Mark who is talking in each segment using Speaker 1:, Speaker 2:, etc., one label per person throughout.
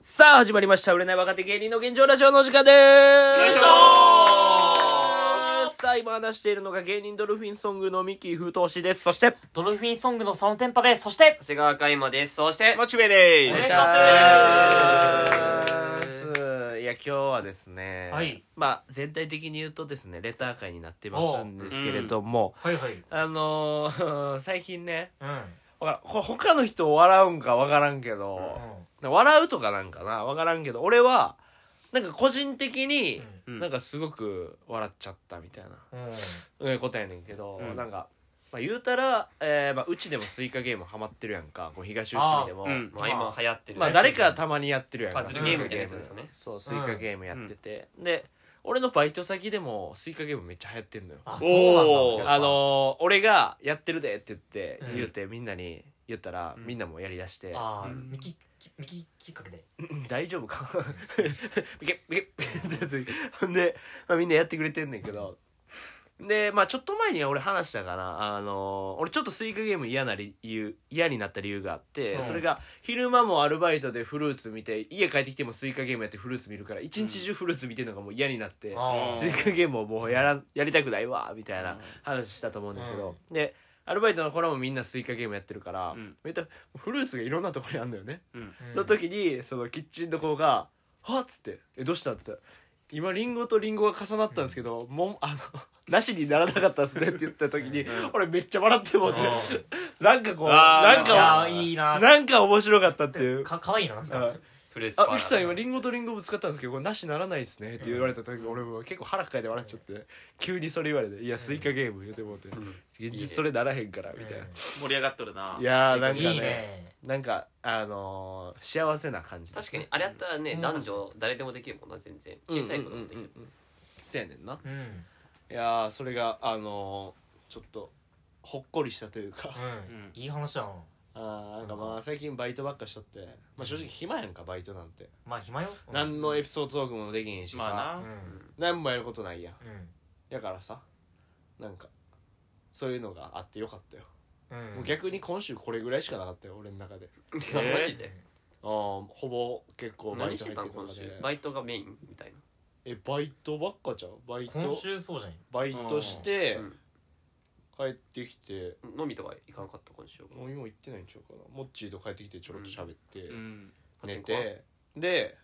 Speaker 1: さあ始まりました売れない若手芸人の現状ラジオのお時間でーす
Speaker 2: よいしょー
Speaker 1: さあ今話しているのが芸人ドルフィンソングのミキ風通しですそして
Speaker 2: ドルフィンソングのそのテンパです。そして
Speaker 3: 長、谷川海馬です。そして、
Speaker 4: モチベ
Speaker 2: お
Speaker 4: でー
Speaker 2: 願い
Speaker 4: す
Speaker 2: し
Speaker 1: お
Speaker 2: ま
Speaker 3: 願い
Speaker 2: す。
Speaker 3: いや、今日はですね、
Speaker 2: はい
Speaker 3: まあ、全体的に言うとですね、レター会になってますんですけれども、
Speaker 2: はいはい。
Speaker 3: あのー、最近ね、
Speaker 2: うん。
Speaker 3: わほ他の人笑うんかわからんけど、笑うとかなんかなわからんけど、俺は、なんか個人的に、
Speaker 4: うん
Speaker 3: なんかすごく笑っちゃったみたいな。
Speaker 2: うん。うん。
Speaker 3: うんことやねんけど、
Speaker 4: うん
Speaker 3: なんか、まあ、言うたら、えーまあ、うちでもスイカゲームハマってるやんかこう東臼でも、
Speaker 4: あーうん
Speaker 3: ままああ
Speaker 4: 今
Speaker 3: 今、
Speaker 4: 流行って
Speaker 3: まあ、誰かたまにやってるやんか
Speaker 4: パ
Speaker 2: ズルゲー
Speaker 3: スイカ
Speaker 2: ム
Speaker 4: みたいなやつですよね
Speaker 3: そうスイカゲームやってて、で俺のバイト先でもスイカゲームめっちゃ流行ってんのよ
Speaker 2: あ、
Speaker 4: おー
Speaker 2: そうなんだ。
Speaker 3: あ、のー俺がやってるでって言って、
Speaker 2: うん
Speaker 3: 言うてみんなに言ったら、みんなもやりだして、
Speaker 2: あー、
Speaker 4: うん
Speaker 2: ミキ、ミキきっかけで。
Speaker 3: 大丈夫か ビケビケってほんで、まあ、みんなやってくれてんねんけどでまあちょっと前に俺話したかなあの俺ちょっとスイカゲーム嫌な理由嫌になった理由があって、
Speaker 2: うん
Speaker 3: それが昼間もアルバイトでフルーツ見て家帰ってきてもスイカゲームやってフルーツ見るから一日中フルーツ見てるのがもう嫌になって、
Speaker 2: あ
Speaker 3: スイカゲームをもうやらやりたくないわみたいな話したと思うんだけど、でアルバイトの頃もみんなスイカゲームやってるから、
Speaker 4: うん
Speaker 3: めっちゃフルーツがいろんなところにあるんだよね。
Speaker 2: うん
Speaker 3: の時にそのキッチンの子が「はっ!」つって「えどうした?」って言ったら「今リンゴとリンゴが重なったんですけど、もうあの なしにならなかったですね」って言った時に、俺めっちゃ笑ってもうて なんかこう
Speaker 4: あー
Speaker 3: なん
Speaker 2: いや
Speaker 3: か
Speaker 2: ー、いいな
Speaker 3: なんか面白かったっていう。
Speaker 2: か、かわいいな、なんか。
Speaker 3: あ
Speaker 4: フレッシュ
Speaker 3: あ、ミキさん今リンゴとリンゴぶつかったんですけどこれなしならないですねって言われた時俺も結構腹かいて笑っちゃって急にそれ言われて「いやスイカゲーム」言うてもうて現実それならへんからみたいな
Speaker 5: 盛り上がっとるない
Speaker 3: やーなんか
Speaker 2: いい
Speaker 3: ね
Speaker 2: ね。
Speaker 3: なんかあのー幸せな感じ
Speaker 5: 確かにあれやったらね、
Speaker 2: うん
Speaker 5: 男女誰でもできるもんな全然小さい子でもできる、
Speaker 3: そうやねんな
Speaker 2: うん。うん。
Speaker 3: いやーそれがあのーちょっとほっこりしたというか
Speaker 4: ん
Speaker 2: いい話だな。
Speaker 3: あーなんかまあ最近バイトばっかしとって、まあ、正直暇やんかバイトなんて
Speaker 2: まあ、暇よ。うん
Speaker 3: 何のエピソードトークもできへんしさ、
Speaker 4: まあ
Speaker 2: う。
Speaker 4: なん
Speaker 3: 何もやることないやん
Speaker 2: うん。
Speaker 3: やからさなんかそういうのがあってよかったよ、
Speaker 2: うん。
Speaker 3: もう逆に今週これぐらいしかなかったよ俺の中で
Speaker 4: えー
Speaker 5: マジで
Speaker 3: あーほぼ結構バイ
Speaker 5: 何
Speaker 3: ト
Speaker 5: し
Speaker 3: 入
Speaker 5: て
Speaker 3: ったて
Speaker 5: ん
Speaker 3: くる
Speaker 5: 今週
Speaker 3: 中
Speaker 5: バ
Speaker 3: で
Speaker 5: イトがメインみたいな
Speaker 3: えバイトばっかじゃんバイ
Speaker 2: 今
Speaker 3: ト
Speaker 2: 週そうじゃん。
Speaker 3: バイトして
Speaker 5: うん
Speaker 3: 帰ってきて
Speaker 5: 飲みとか行かなかった今週は
Speaker 3: 飲みも行ってないんちゃうかなモッチーと帰ってきてちょろっと喋って、
Speaker 4: うん
Speaker 3: 寝てで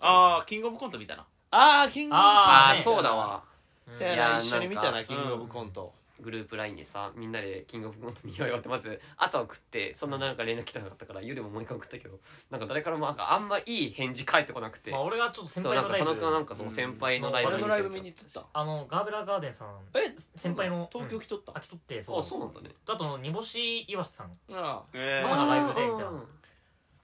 Speaker 4: ああキングオブコント見たな
Speaker 3: あーキングオブコン
Speaker 2: あ
Speaker 5: あ
Speaker 2: ー
Speaker 5: あそうだわ
Speaker 2: うん
Speaker 3: トせや
Speaker 5: いや
Speaker 3: な
Speaker 5: ー
Speaker 3: 一緒に見た
Speaker 5: な
Speaker 3: なんキングオブコント
Speaker 5: グループ LINE でさみんなで「キングオブコント見ようよ」ってまず朝送ってそんななんか連絡来たなかったから夜ももう一回送ったけどなんか誰からもなんかあんまいい返事返ってこなくて
Speaker 2: まあ、俺がちょっと先
Speaker 5: そう
Speaker 2: 輩
Speaker 5: なん
Speaker 2: の
Speaker 5: か
Speaker 2: ライ
Speaker 5: 佐
Speaker 2: ブ
Speaker 5: 野くんはなんかその先輩のライブ
Speaker 3: 俺のライブ見に行ってた
Speaker 2: あの、ガーベラガーデンさん、
Speaker 3: え
Speaker 2: 先輩の
Speaker 3: 東京来とった
Speaker 2: 飽きとって、
Speaker 5: あそうなんだね
Speaker 2: あとの煮干し岩瀬さん
Speaker 3: あ
Speaker 4: え
Speaker 2: あライブでみたいな
Speaker 5: あー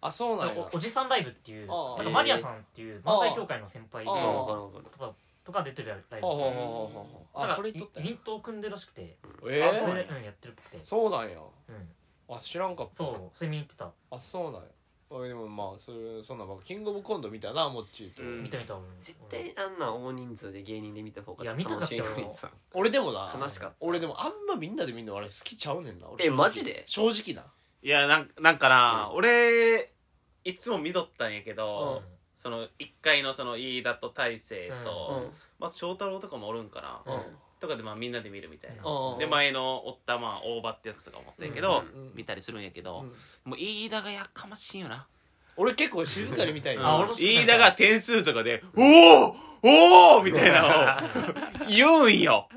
Speaker 3: あそうなんや
Speaker 2: おおじさんライブっていう
Speaker 3: ああ
Speaker 2: なんかマリアさんっていう漫才協会の先輩
Speaker 3: ああ
Speaker 2: と
Speaker 5: わかるわかる
Speaker 2: かとか出てるライブ
Speaker 3: ほうほう
Speaker 2: なんか
Speaker 3: ほうほうほうあそれ行っとったん
Speaker 2: ユ
Speaker 3: や
Speaker 2: ニットを組んでるらしくて
Speaker 3: え
Speaker 5: あ
Speaker 2: そ
Speaker 5: そう
Speaker 2: れ
Speaker 3: ー
Speaker 5: な
Speaker 2: で
Speaker 5: んや
Speaker 2: うんやってるっぽくて
Speaker 3: そうなんや
Speaker 2: うん
Speaker 3: あ知らんかった
Speaker 2: そうそれ見に行ってた
Speaker 3: あそうなんやあでもまあそれそんなんばっかキングオブコント見たなモッチーと
Speaker 4: うん
Speaker 2: 見た見た俺も
Speaker 5: 絶対あんな大人数で芸人で見た方が
Speaker 2: いや見たかったよ
Speaker 5: 楽しいのにさ
Speaker 3: 俺でもな
Speaker 5: 悲しかった
Speaker 3: 俺でもあんまみんなで見んのあれ好きちゃうねんな俺
Speaker 5: え
Speaker 3: 正直
Speaker 5: マジで
Speaker 3: 正直ない
Speaker 4: やなんなんかな、
Speaker 5: う
Speaker 4: 俺いつも見とったんやけ
Speaker 2: うん
Speaker 4: ど、その1階のその飯田と大勢と、
Speaker 3: うん
Speaker 4: まあ翔太郎とかもおるんかな、
Speaker 3: うん
Speaker 4: とかでまあみんなで見るみたいな、
Speaker 3: うんうん
Speaker 4: で前のおったまあ大葉ってやつとか持ったんやけど、
Speaker 5: うん
Speaker 3: うん
Speaker 4: 見たりするんやけど、
Speaker 3: うん
Speaker 4: もう飯田がやかましいよな
Speaker 3: 俺結構静かに見たいな
Speaker 2: あ俺も好きなんだ
Speaker 4: 飯田が点数とかで「おおおお!」みたいなのを言うんよ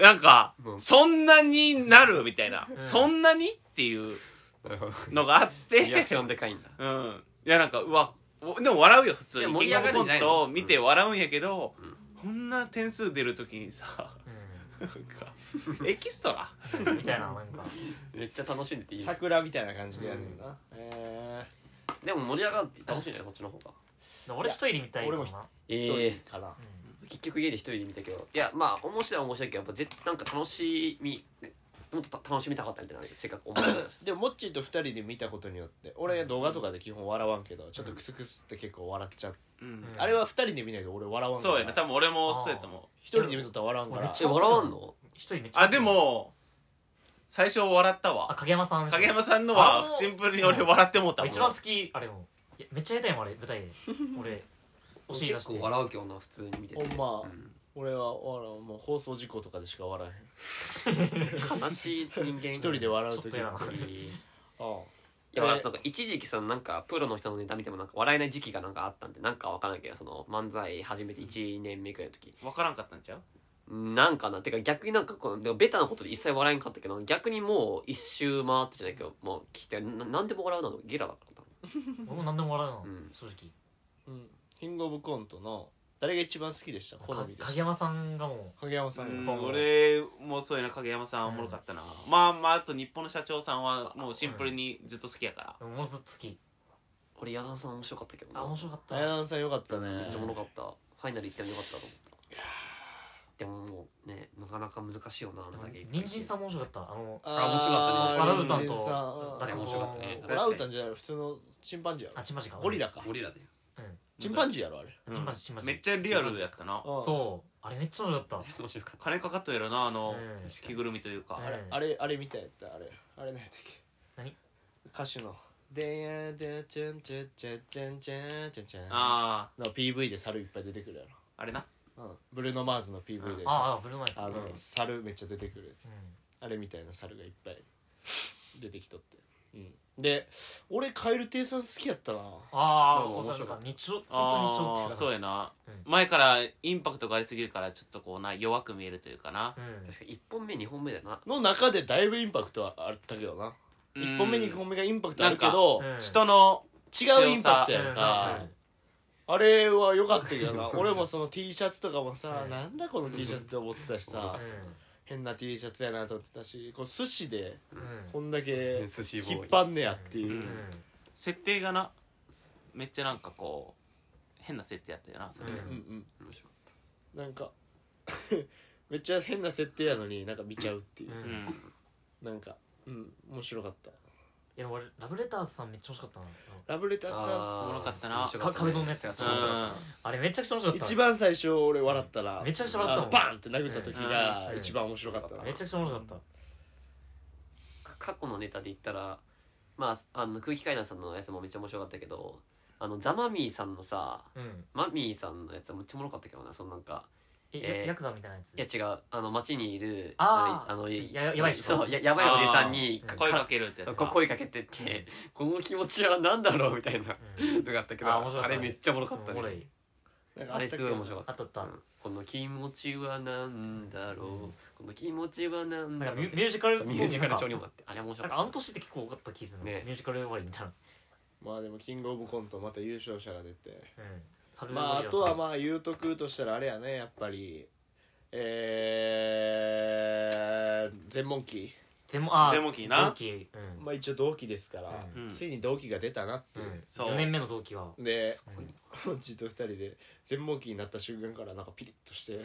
Speaker 4: なんか
Speaker 3: う、ん
Speaker 4: そんなになるみたいな
Speaker 2: う。ん
Speaker 4: そんなにっていう
Speaker 3: なるほど
Speaker 4: のがあっ
Speaker 5: リアク
Speaker 4: て
Speaker 5: シ、ョンでかいんだ
Speaker 4: うん。いや、なんか、うわ、おでも笑うよ、普通
Speaker 5: い
Speaker 4: に。
Speaker 5: や
Speaker 4: キ
Speaker 5: 盛り上が
Speaker 4: ングオブ
Speaker 5: る
Speaker 4: コ
Speaker 5: んじゃな
Speaker 4: ン
Speaker 5: いの
Speaker 4: トを見て笑うんやけど、こんな点数出るときにさ、
Speaker 2: う
Speaker 4: なんか、エキストラ
Speaker 2: んうんみたいななんか
Speaker 5: めっちゃ楽しんでていいね
Speaker 3: 桜みたいな感じでやるんな、え
Speaker 5: でも盛り上がって楽しいねそっちの方が
Speaker 2: 俺一人で見たいかもな
Speaker 3: え
Speaker 5: ええ
Speaker 3: かな
Speaker 5: 結局家で一人で見たけどいやまあ面白いは面白いけどやっぱ絶なんか楽しみもっとた楽しみたかったみたいなせっかく思ったん です
Speaker 3: でもモッチーと2人で見たことによって俺動画とかで基本笑わんけどちょっとクスクスって結構笑っちゃう、
Speaker 4: うん
Speaker 2: うん
Speaker 3: あれは2人で見ないと俺笑わんから
Speaker 4: そうやな、多分俺もそうやと思う。
Speaker 3: 1人で見とったら笑わんか
Speaker 2: 俺め
Speaker 3: ら
Speaker 2: っち
Speaker 5: え
Speaker 2: ゃ
Speaker 5: 笑わんの
Speaker 2: 一人めっちゃ
Speaker 4: あ、でも、最初笑った
Speaker 2: あ
Speaker 4: わ。
Speaker 2: 影山さん
Speaker 4: 影山さんの
Speaker 2: あ、
Speaker 4: は
Speaker 2: の
Speaker 4: シンプルに俺笑ってもうたもん。
Speaker 2: 一番好きあれもいやめっちゃやりたいもんあれ舞台で俺お尻出
Speaker 5: 結
Speaker 2: して
Speaker 5: 構笑うけどな普通に見てて、
Speaker 3: ほんま
Speaker 5: うん
Speaker 3: 俺は笑うもう放送事故とかでしか笑えへん
Speaker 5: 悲しい人間
Speaker 3: 一人で笑う
Speaker 2: ちょっ
Speaker 3: 時
Speaker 2: とやな
Speaker 3: あ
Speaker 5: い
Speaker 3: あ
Speaker 5: やなんかその一時期そのなんかプロの人のネタ見てもなんか笑えない時期がなんかあったんでなんかわからんけどその漫才始めて1年目くらいの時
Speaker 4: 分からんかったんちゃう
Speaker 5: なんかなてか逆になんかこのでもベタなことで一切笑えんかったけど逆にもう一周回ってじゃないけどもう聞いてななんでも笑うなのゲラだからな
Speaker 2: 俺も何でも笑うの、
Speaker 5: うん
Speaker 2: 正直
Speaker 3: うんキングオブコントの誰が一番好きでした好みで
Speaker 2: か
Speaker 3: し
Speaker 2: 影
Speaker 3: た
Speaker 2: 山さんがも
Speaker 3: 影山さん
Speaker 2: うん
Speaker 3: やっぱ
Speaker 4: 俺もそうやな影山さんおもろかったな、まあまああと日本の社長さんはもうシンプルにずっと好きやから、
Speaker 2: うもうずっと好き
Speaker 5: 俺矢田さん面白かったけどな
Speaker 2: あ面白かった
Speaker 3: 綾菜さんよかったね
Speaker 5: めっちゃおもろかったファイナル行ってもよかったと思ったでももうねなかなか難しいよなあんだけ
Speaker 2: 人参さんも面白かったあの
Speaker 5: あ面
Speaker 3: あー
Speaker 2: 笑
Speaker 5: 白かったね
Speaker 2: うたん
Speaker 3: 隣人さ
Speaker 2: と
Speaker 5: あれ面白かったね
Speaker 2: 落語
Speaker 3: ラウタンじゃない普通のチンパンジーや
Speaker 2: あ
Speaker 3: ろ
Speaker 2: ちまじか
Speaker 3: ゴリラか
Speaker 5: ゴリラで
Speaker 3: チンパンジーやろあれ
Speaker 2: うんちまじちまじ
Speaker 4: めっちゃリアルやったな
Speaker 3: うん
Speaker 2: そうあれめっちゃ面白かっ
Speaker 5: 面白かっ
Speaker 4: 金かかっとるやろなあの
Speaker 2: うん
Speaker 4: 着ぐるみというか、
Speaker 2: た
Speaker 4: あれ
Speaker 2: うん
Speaker 3: あれあれみたいやったあれあれ何やったっけ
Speaker 2: 何
Speaker 3: 歌手の「でやでちゃんちゃんちゃんちゃんちゃんちゃんちゃん」
Speaker 4: あ
Speaker 3: の PV で猿いっぱい出てくるや
Speaker 4: ああれな
Speaker 3: ろ、うん、ブルーノ・マーズの PV でさ
Speaker 2: ああブルーマイ
Speaker 3: あの、
Speaker 2: うん
Speaker 3: 猿めっちゃ出てくるやつ、あれみたいな猿がいっぱい出てきとって、うん、で俺カエル亭さん好きやったな
Speaker 2: ああ
Speaker 5: でも面
Speaker 2: 面
Speaker 5: 白
Speaker 2: 白
Speaker 5: か
Speaker 2: か
Speaker 5: っ
Speaker 2: った日常本当に日常っ
Speaker 4: あ
Speaker 2: て
Speaker 4: あ
Speaker 2: いうか
Speaker 4: そうやな、
Speaker 2: うん
Speaker 4: 前からインパクトがありすぎるからちょっとこうな弱く見えるというかな
Speaker 2: う、ん
Speaker 5: た確か1本目2本目だよな
Speaker 3: の中でだいぶインパクトはあったけどな、
Speaker 4: うん
Speaker 3: 一1本目2本目がインパクトあるけど、
Speaker 2: うん
Speaker 4: 人の
Speaker 3: 違うインパクトやんか
Speaker 2: 強さ、うん
Speaker 3: あれは良かったけどな俺もその T シャツとかもさ、なんだこの T シャツって思ってたしさ、変な T シャツやなと思ってたしこう寿司で
Speaker 2: うんうん
Speaker 3: こんだけ
Speaker 5: 寿司ボーイ
Speaker 3: 引っ張んねやっていう、
Speaker 4: うん設定がなめっちゃなんかこう変な設定やったよなそれで、
Speaker 2: うん
Speaker 3: うんうん
Speaker 5: 面白かっ
Speaker 3: なんか めっちゃ変な設定やのになんか見ちゃうっていう
Speaker 2: う、んう
Speaker 4: うん
Speaker 2: い
Speaker 4: ん
Speaker 3: なんかうん面白かった
Speaker 2: や俺ラブレターズさんめっちゃ面白かったな
Speaker 3: ラブレターズさ
Speaker 5: あー
Speaker 4: おもろかったな
Speaker 5: 面白
Speaker 2: か
Speaker 5: か
Speaker 2: 壁ドンのやつやあれめちゃくちゃ面白かった
Speaker 3: 一番最初俺笑ったら
Speaker 2: めちゃくちゃ笑ったもん
Speaker 3: あのバンって殴った時が
Speaker 2: うん
Speaker 3: 一番面白かったな
Speaker 2: めちゃくちゃ面白かった
Speaker 5: か過去のネタで言ったらまああの空気階段さんのやつもめっちゃ面白かったけどあのザマミーさんのさ
Speaker 2: うん
Speaker 5: マミーさんのやつはめっちゃおもろかったけどなそのなんか
Speaker 2: え
Speaker 5: えー
Speaker 2: ヤクザみたいなやつ
Speaker 5: いや違うあの街にいる
Speaker 2: あー
Speaker 5: の
Speaker 2: ややばい人
Speaker 5: そうややばいおじさんに
Speaker 2: あー
Speaker 4: 声かけるってや
Speaker 5: そう
Speaker 4: つ
Speaker 5: こ
Speaker 4: か
Speaker 5: 声かけてって、この気持ちは何だろうみたいな
Speaker 2: うん
Speaker 5: のがあったけど
Speaker 2: あ
Speaker 5: あ
Speaker 2: 面白かった
Speaker 5: れめっちゃおもろかった
Speaker 2: おもろ
Speaker 5: ね
Speaker 2: い
Speaker 3: なんか
Speaker 5: あ
Speaker 3: った
Speaker 5: れすごい面白かっ、
Speaker 2: あったあったた
Speaker 5: うんこの気持ちは何だろう、この気持ちは何
Speaker 2: な
Speaker 5: だ
Speaker 2: んか
Speaker 5: ろう
Speaker 2: ミュ
Speaker 5: って
Speaker 2: ミュージカル
Speaker 5: そうミュージカル調
Speaker 2: 調
Speaker 5: にもあってあれ面白
Speaker 2: なん
Speaker 5: か
Speaker 2: かあ
Speaker 5: った
Speaker 2: の年って結構多かった気がするな
Speaker 5: ね
Speaker 2: ミュージカル終わりみたいな
Speaker 3: まあでもキングオブコントまた優勝者が出て
Speaker 2: うんサル
Speaker 3: まああ
Speaker 2: ゴリラさん
Speaker 3: とはまあ言うとくとしたらあれやねやっぱりえー、全問期
Speaker 2: でもあー
Speaker 4: デモキーな
Speaker 2: 同期うん
Speaker 3: まあ一応同期ですから、
Speaker 4: うん
Speaker 3: ついに同期が出たなっていう、
Speaker 4: そう
Speaker 2: 4年目の同期は
Speaker 3: で
Speaker 2: ごいな
Speaker 3: モッ チーと二人で全問期になった瞬間からなんかピリッと して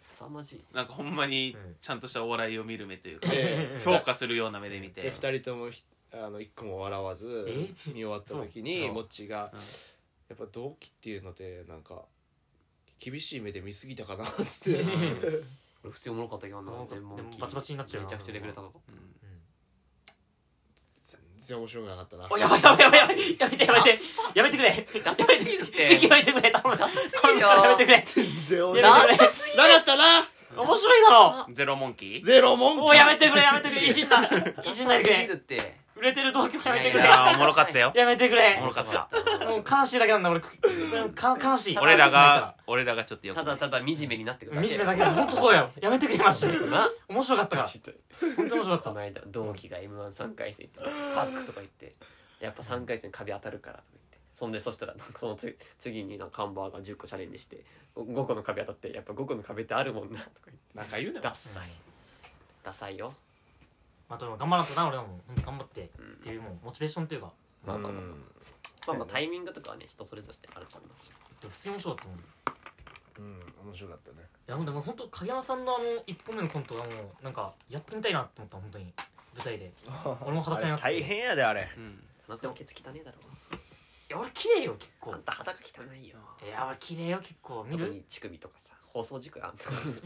Speaker 5: 凄まじい
Speaker 4: なんかほんまに
Speaker 2: うん
Speaker 4: ちゃんとしたお笑いを見る目というか、
Speaker 3: で
Speaker 4: 評価するような目で見
Speaker 3: で
Speaker 4: て
Speaker 3: 二人ともひあの一個も笑わず
Speaker 2: え
Speaker 3: 見終わった時
Speaker 2: そう
Speaker 3: に
Speaker 2: そう
Speaker 3: モッチーが
Speaker 4: うん
Speaker 3: 「やっぱ同期っていうのでなんか厳しい目で見すぎたか な」っつって
Speaker 5: 俺普通におもろかったけどな
Speaker 2: おもろかった
Speaker 5: 全問
Speaker 2: でも
Speaker 5: 金
Speaker 2: バチバチになっちゃうよ
Speaker 5: め
Speaker 2: な
Speaker 5: ちゃくちゃレベル高かった
Speaker 3: 全然面白くなかったな
Speaker 2: おやばいやばいやばいやばいやめてやめてやめてくれや
Speaker 5: ダサ
Speaker 2: め
Speaker 5: すぎるって
Speaker 2: やめてくれ頼むな
Speaker 5: ぎるよ
Speaker 2: やめてくれ
Speaker 3: 全然面
Speaker 2: や
Speaker 3: 白く
Speaker 2: めてくれ
Speaker 3: なかったな
Speaker 2: 面白いだろ
Speaker 4: ゼロモンキー
Speaker 3: ゼロモン
Speaker 2: もうやめてくれやめてくれいじんな
Speaker 5: ダ
Speaker 2: いじんな
Speaker 5: サ
Speaker 2: い
Speaker 5: す
Speaker 2: でく
Speaker 5: ぎる
Speaker 2: れ
Speaker 5: って
Speaker 2: 売れてる同期もやめてく
Speaker 4: い
Speaker 2: れ
Speaker 4: やーおもろかったよ
Speaker 2: やめてく
Speaker 4: お
Speaker 2: れ
Speaker 4: もろかった
Speaker 2: もう悲しいだけなんだ俺それか悲しい
Speaker 4: 俺らが俺らがちょっとよく
Speaker 5: ただただ惨めになってく
Speaker 2: 惨
Speaker 5: る
Speaker 2: めだけど本当そうやよやめてくれまし
Speaker 5: な
Speaker 2: 面白かったから本当面白
Speaker 5: こ
Speaker 2: かっ
Speaker 5: の間同期が m 1 3回戦行って「ファック」とか言って「やっぱ3回戦壁当たるから」とか言ってそんでそしたらなんかそのつ次になんかカンバーが10個チャレンジして5個の壁当たって「やっぱ5個の壁ってあるもんな」とか言って
Speaker 3: なんか言うな
Speaker 5: ダ
Speaker 2: た
Speaker 5: サいダサいよ
Speaker 2: まあでも頑張らんとな俺らもうん頑張ってっていうもうモチベーションっていうか
Speaker 5: まあまあまあ
Speaker 3: うん
Speaker 5: まあまあタイミングとかはね人それぞれあると思います
Speaker 2: でも普通に面白かったもんい
Speaker 3: うん面白かったね
Speaker 2: やもうでも本当影山さんのあの1本目のコントがもうなんかやってみたいなって思った本当に舞台で俺も裸になって
Speaker 3: 大
Speaker 2: い
Speaker 3: 変やであれ
Speaker 4: うん
Speaker 5: 田中もケツ汚ねえだろ
Speaker 2: や俺綺麗よ結構
Speaker 5: あんた裸汚いよ
Speaker 2: いや俺綺麗よ結構見
Speaker 5: 特
Speaker 2: る
Speaker 5: に乳首とかさ放送事故やん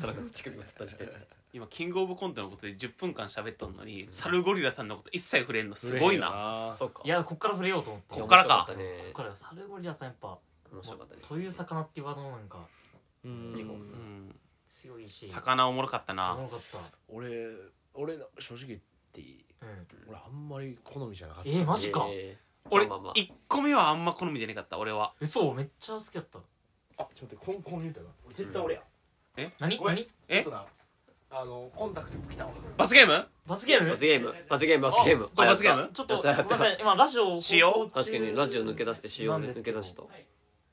Speaker 5: 田中の乳首がつった時点で
Speaker 4: 今キングオブコントのことで10分間喋っとんのにサルゴリラさんのこと一切触れんのすごいな
Speaker 5: そうか
Speaker 2: いやこっから触れようと思って
Speaker 5: いや
Speaker 4: こっからか
Speaker 5: 面白ったね
Speaker 2: こっからサルゴリラさんやっぱ
Speaker 5: 面白かったね
Speaker 2: という魚っていうワードもなんか
Speaker 5: 日本
Speaker 4: うん
Speaker 2: 強いし
Speaker 4: 魚おもろかった
Speaker 2: お
Speaker 4: な
Speaker 2: もろかった
Speaker 3: 俺俺正直言っていい
Speaker 2: うん
Speaker 3: 俺あんまり好みじゃなかった
Speaker 2: えー、マジか
Speaker 5: えー
Speaker 4: 俺
Speaker 5: まあまあまあ
Speaker 4: 1個目はあんま好みじゃなかった俺は
Speaker 2: 嘘めっちゃ好きだった
Speaker 3: あちょっと待ってコンコン言うたな俺絶
Speaker 5: 対俺
Speaker 3: や、
Speaker 2: 何
Speaker 3: ごめん
Speaker 2: 何
Speaker 4: え
Speaker 3: ちょっとなあのコンタクト来たわ
Speaker 4: 罰ゲーム
Speaker 2: 罰ゲーム
Speaker 5: 罰ゲーム罰ゲーム罰ゲーム
Speaker 4: あ罰ゲーム
Speaker 2: ちょっとごめんなさい今ラジオ
Speaker 4: しよう
Speaker 2: 放送中
Speaker 5: 確かにラジオ抜け出して仕様で
Speaker 2: なんです
Speaker 5: 抜
Speaker 2: け
Speaker 5: け
Speaker 2: ど
Speaker 5: 出した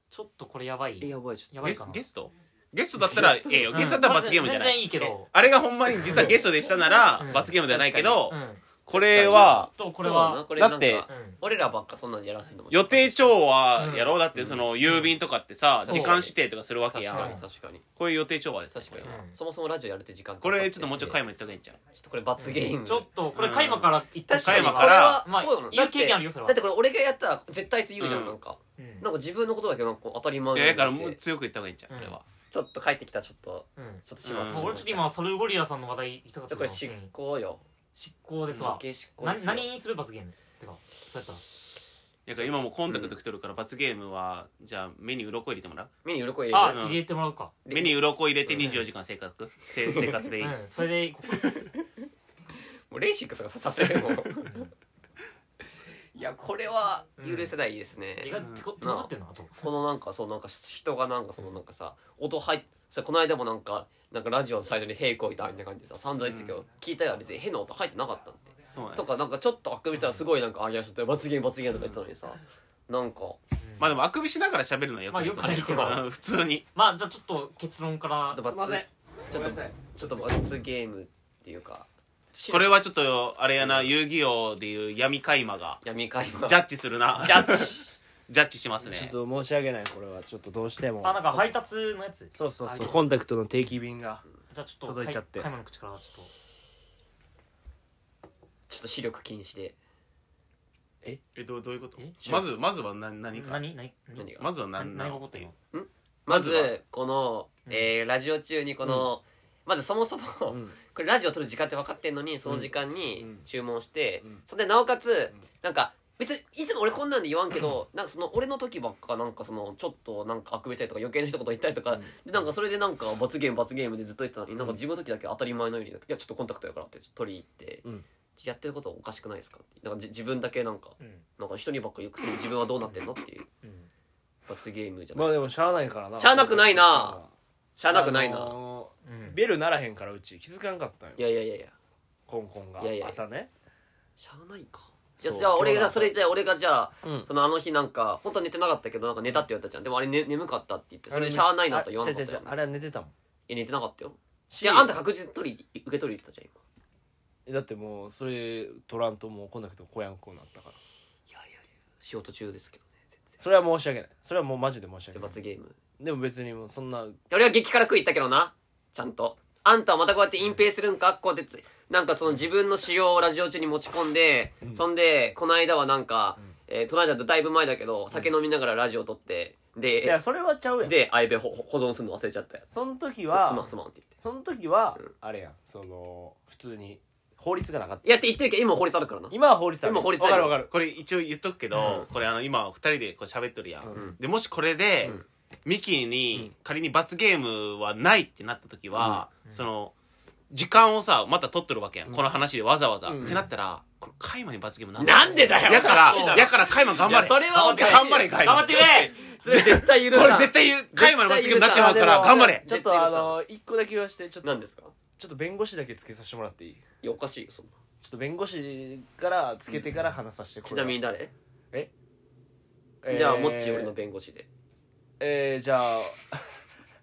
Speaker 2: ちょっとこれやばい
Speaker 5: えやばいちょ
Speaker 2: や
Speaker 5: っ
Speaker 2: ばい
Speaker 4: ゲ
Speaker 2: かな
Speaker 4: ゲストゲストだったらええよゲストだったら罰ゲームじゃな
Speaker 2: 全然
Speaker 4: い
Speaker 2: いいけど
Speaker 4: あれがほんまに実はゲストでしたな
Speaker 2: う
Speaker 4: ら
Speaker 2: ん
Speaker 4: 罰ゲームではないけ
Speaker 5: 確
Speaker 4: ど
Speaker 2: うん
Speaker 4: これは
Speaker 2: と
Speaker 5: と
Speaker 2: これ
Speaker 5: そうだな
Speaker 2: は
Speaker 5: これなんか
Speaker 4: だって
Speaker 2: うん
Speaker 5: 俺らばっかそんなんやらないんだもん
Speaker 4: 予定調和やろ
Speaker 2: う
Speaker 4: うだってその郵便とかってさ
Speaker 5: そう
Speaker 4: 時間指定とかするわけ
Speaker 5: 確
Speaker 4: や
Speaker 5: かに
Speaker 4: ん
Speaker 5: 確かに
Speaker 4: こういう予定調和です
Speaker 5: 確かに
Speaker 2: うん
Speaker 5: そもそもラジオやるって時間
Speaker 4: これちょっともうちょい
Speaker 5: 開
Speaker 4: 回も言っとけんちゃう
Speaker 5: ちょっとこれ罰ゲーム
Speaker 2: ちょっとこれ開幕から言ったし
Speaker 5: 確か
Speaker 4: 加
Speaker 5: に
Speaker 4: 山から
Speaker 5: これはそうなの
Speaker 2: まあ言う経験あるよそれは
Speaker 5: だってこれ俺がやったら絶対次言うじゃ
Speaker 4: うんん
Speaker 5: なんか
Speaker 2: うん
Speaker 5: なんか自分のことだけなんか当たり前
Speaker 4: い
Speaker 5: に
Speaker 4: や
Speaker 5: 言って
Speaker 4: だからもう強く言った方がいいんちゃうこれは
Speaker 5: ちょっと帰ってきたらちょっと
Speaker 2: うん
Speaker 5: ちょっとしま
Speaker 4: うん
Speaker 5: う
Speaker 2: もう俺ちょっと今サルゴリラさんの話題行きたかった
Speaker 5: これ
Speaker 2: な
Speaker 5: 執行よ
Speaker 2: 執行です
Speaker 5: 無
Speaker 2: わ
Speaker 5: 形執行
Speaker 2: な
Speaker 5: ですよ
Speaker 2: 何にする罰ゲームってかそうやったら
Speaker 4: だから今もうコンタクト来とるから罰ゲームはじゃあ目に鱗入れてもらう
Speaker 5: 目に鱗入
Speaker 2: あ
Speaker 5: れる
Speaker 4: うん
Speaker 2: 入れてもらうか
Speaker 4: 目に鱗入れて24時間生活せ生活でいい
Speaker 2: うんそれでここ
Speaker 5: もうレーシックとかさせる もんいやこれは許せないですね
Speaker 2: 意外と手こ手こずってんなあと
Speaker 5: このなんかそうなんか人がなんかそのなんかさ音入っさこの間もなんかなんかラジオのサイトに「へいこいた」みたいな感じでさ散々言ってたけど、聞いたら別に変な音入ってなかったんで
Speaker 4: そうね
Speaker 5: とかなんかちょっとあくびしたらすごいなんか「あいやちょっと罰ゲーム罰ゲーム」とか言ってたのにさなんか
Speaker 4: まあでもあくびしながら喋るのはよく
Speaker 2: まあ
Speaker 4: ない
Speaker 2: よくないけど
Speaker 4: うん普通に
Speaker 2: まあじゃあちょっと結論から
Speaker 5: ちょっと罰
Speaker 3: すいません
Speaker 5: ちょっとちょっと罰ゲームっていうか
Speaker 4: これはちょっとあれやな遊戯王でいう闇カイマが
Speaker 5: 闇会話
Speaker 4: ジャッジするな
Speaker 5: ジャッジ
Speaker 4: ジャッジしますね
Speaker 3: ちょっと申し訳ないこれはちょっとどうしても
Speaker 2: あなんか配達のやつ
Speaker 3: そうそう
Speaker 2: あ
Speaker 3: そ
Speaker 2: ちょ
Speaker 3: う
Speaker 2: っと
Speaker 3: コンタクトの定期便が
Speaker 2: じゃあちょっと
Speaker 3: 届いちゃって
Speaker 2: 買い物の口からちょっ
Speaker 5: ちょっと視力禁止で
Speaker 4: えどうどういうこと
Speaker 2: え
Speaker 4: まずまずは何何
Speaker 2: と
Speaker 4: か
Speaker 2: 何何
Speaker 5: 何が
Speaker 4: まずは
Speaker 2: 何
Speaker 4: 何
Speaker 2: 何が起こってるの
Speaker 5: ま
Speaker 4: まず
Speaker 5: ずこの、えーラジオ中にこの、まずそもそも、
Speaker 3: うん
Speaker 5: これラジオ撮る時間って分かってんのにその時間に
Speaker 3: うん
Speaker 5: 注文して、
Speaker 3: うん
Speaker 5: それでなおかつ、なんか別にいつも俺こんなんで言わんけ ど、なんかその俺の時ばっかなんかそのちょっとなんかあくびしたりとか余計な一言言ったりとか、でなんかそれでなんか罰ゲーム罰ゲームでずっと言ってたのに、なんか自分の時だけ当たり前のように「いやちょっとコンタクトやから」ってちょっと取りに行って、
Speaker 3: うん
Speaker 5: やってることはおかしくないですかってなんかじ自分だけなんか
Speaker 2: うん
Speaker 5: なんか人にばっかよくする自分はどうなってんのっていう
Speaker 3: うん
Speaker 5: 罰ゲームじゃな
Speaker 3: ま
Speaker 5: い
Speaker 3: あ
Speaker 5: です
Speaker 3: でもしゃ
Speaker 5: か、
Speaker 3: あないからな
Speaker 5: しゃあなくないなしゃあなくないな、
Speaker 3: あの
Speaker 2: うん
Speaker 3: ーベルならへんからうち気づかんかったんよ
Speaker 5: いやいやいやいや
Speaker 3: コンコンが
Speaker 5: いやいや
Speaker 3: 朝ね
Speaker 5: しゃあないかじゃあ
Speaker 3: そう
Speaker 5: じゃあ俺
Speaker 3: 今日なん
Speaker 5: が
Speaker 3: か
Speaker 5: それで俺がじゃあ、
Speaker 3: うん
Speaker 5: そのあの日なんか本当は寝てなかったけどなんか寝たって言われたじゃんでもあれ、ね、眠かったって言ってそれでしゃあないなと言わなかった
Speaker 3: あ違
Speaker 5: よ
Speaker 3: う違う違うあれは寝てたもん
Speaker 5: いや寝てなかったよい
Speaker 3: し
Speaker 5: やあんた確実に取り受け取りに行ったじゃん今
Speaker 3: だってもうそれ取らんともうコンタクトこやんこになったから
Speaker 5: いやいやいや仕事中ですけどね全然
Speaker 3: それは申し訳ないそれはもうマジで申し
Speaker 5: じ
Speaker 3: 訳
Speaker 5: ゃあ
Speaker 3: ない
Speaker 5: 罰ゲーム
Speaker 3: でも別にもうそんな
Speaker 5: 俺は激辛食い行ったけどなちゃんとあんたはまたこうやって隠蔽するんかこうやってつなんかその自分の仕様をラジオ中に持ち込んで、そんでこの間はなんか、えー、この間だいぶ前だけど酒飲みながらラジオ撮って
Speaker 3: いや
Speaker 5: で
Speaker 3: それはちゃうやん
Speaker 5: で相部保保存するの忘れちゃったやつ
Speaker 3: その時
Speaker 5: す
Speaker 3: は
Speaker 5: すまんすまんって言って
Speaker 3: その時はあれやんその普通に法律がなかった
Speaker 5: いやって言ってるけど今法律あるからな
Speaker 3: 今は法律ある
Speaker 5: 今法律あ
Speaker 3: わ
Speaker 5: る
Speaker 3: かるわかる
Speaker 4: これ一応言っとくけど、これあの今二人でこう喋っとるやん、でもしこれで、ミキに仮に罰ゲームはないってなった時は、その時間をさまた取っとるわけやん、この話でわざわざ、ってなったらこれカイマに罰ゲームなん
Speaker 5: なんでだよ
Speaker 4: やか
Speaker 5: おかしいだ
Speaker 4: ら
Speaker 5: ろ
Speaker 4: やからカイマ頑張
Speaker 5: い
Speaker 4: れ
Speaker 5: やそれはおかしい
Speaker 4: 頑張れカイマ
Speaker 5: 頑張ってくれそれ絶対許
Speaker 4: こ
Speaker 5: さん
Speaker 4: れ絶対言うカイマの罰ゲームになってまうから
Speaker 3: あでも
Speaker 4: 頑張れ
Speaker 3: ちょっとあの一個だけ言わしてちょっと
Speaker 5: 何ですか
Speaker 3: ちょっと弁護士だけつけさせてもらっていい
Speaker 5: いやおかしいよそんな
Speaker 3: ちょっと弁護士からつけてから話させてこ
Speaker 5: ち
Speaker 3: れ
Speaker 5: な
Speaker 3: は
Speaker 5: みに誰、
Speaker 3: えー
Speaker 5: じゃあもっち俺の弁護士で
Speaker 3: えー、じゃあ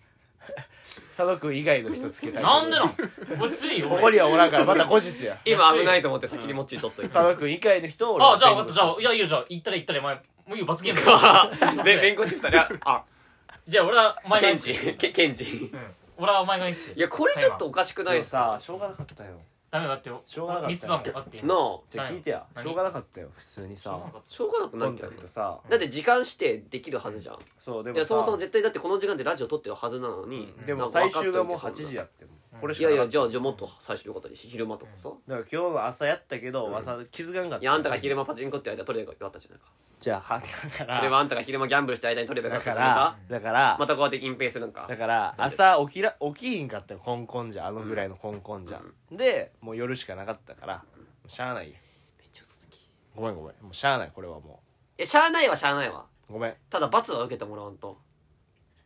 Speaker 3: 佐野君以外の人つけたい
Speaker 2: なんでなん 俺強いよ
Speaker 3: こ
Speaker 2: 俺
Speaker 3: こにはおらんからまた後日や
Speaker 5: 今危ないと思って先にもっち取っといて
Speaker 3: 佐野君以外の人を俺
Speaker 2: あじゃあ
Speaker 3: 弁
Speaker 2: 分かっ
Speaker 3: 護
Speaker 2: た
Speaker 3: 士
Speaker 2: じゃあいやいいよじゃあ行ったら行ったらお前もういいよ罰ゲーム
Speaker 5: べ弁護士2人ああ
Speaker 2: じゃあ俺はお前が
Speaker 5: ケ
Speaker 2: いい
Speaker 5: ンジケケンジ
Speaker 2: うん俺はお前がいいっすけど
Speaker 5: いやこれちょっとおかしくな
Speaker 3: で
Speaker 5: い
Speaker 3: も
Speaker 5: ですか
Speaker 3: さしょうがなかったよ
Speaker 2: ダメだってよ
Speaker 3: しょうがなかった
Speaker 2: 三つだもんだって
Speaker 5: なあ
Speaker 3: じゃあ聞いてや
Speaker 2: 何
Speaker 3: しょうがなかったよ普通に
Speaker 2: しょう
Speaker 3: さ
Speaker 2: がなかった
Speaker 5: しょうがなくな
Speaker 3: コ
Speaker 5: い
Speaker 3: ン
Speaker 5: け
Speaker 3: タ
Speaker 5: ど
Speaker 3: ク
Speaker 5: ね
Speaker 3: トさ
Speaker 5: だって時間指定できるはずじゃん
Speaker 3: そうで
Speaker 5: い
Speaker 3: も
Speaker 5: や
Speaker 3: さ
Speaker 5: そもそも絶対だってこの時間でラジオ撮ってるはずなのに、
Speaker 3: でも最終がもう8時
Speaker 5: や
Speaker 3: やってもこれし
Speaker 5: い
Speaker 3: かな
Speaker 5: や
Speaker 3: いか
Speaker 5: や
Speaker 3: っ
Speaker 5: じゃあじゃあもっと最初よかったりし昼間とかさ、
Speaker 3: ただから今日の朝やったけど朝気づかんかった
Speaker 5: いやあんたが昼間パチンコって間取ればよかったじゃないか
Speaker 3: じゃあ朝だから
Speaker 5: それはあんたが昼間ギャンブルした間に取ればよか
Speaker 3: だ
Speaker 5: ったじ
Speaker 3: か
Speaker 5: ゃない
Speaker 3: ら
Speaker 5: か
Speaker 3: だから
Speaker 5: またこうやって隠蔽するんか
Speaker 3: だから朝起きら起きひんかったよコンコンじゃあのぐらいのコンコンじゃ、でもう夜しかなかったからもうしゃあないよ
Speaker 5: めっちゃ嘘つき
Speaker 3: ごめんごめんもうしゃあないこれはも
Speaker 5: えしゃあないはしゃあないわ
Speaker 3: うごめん
Speaker 5: ただ罰は受けてもらわんと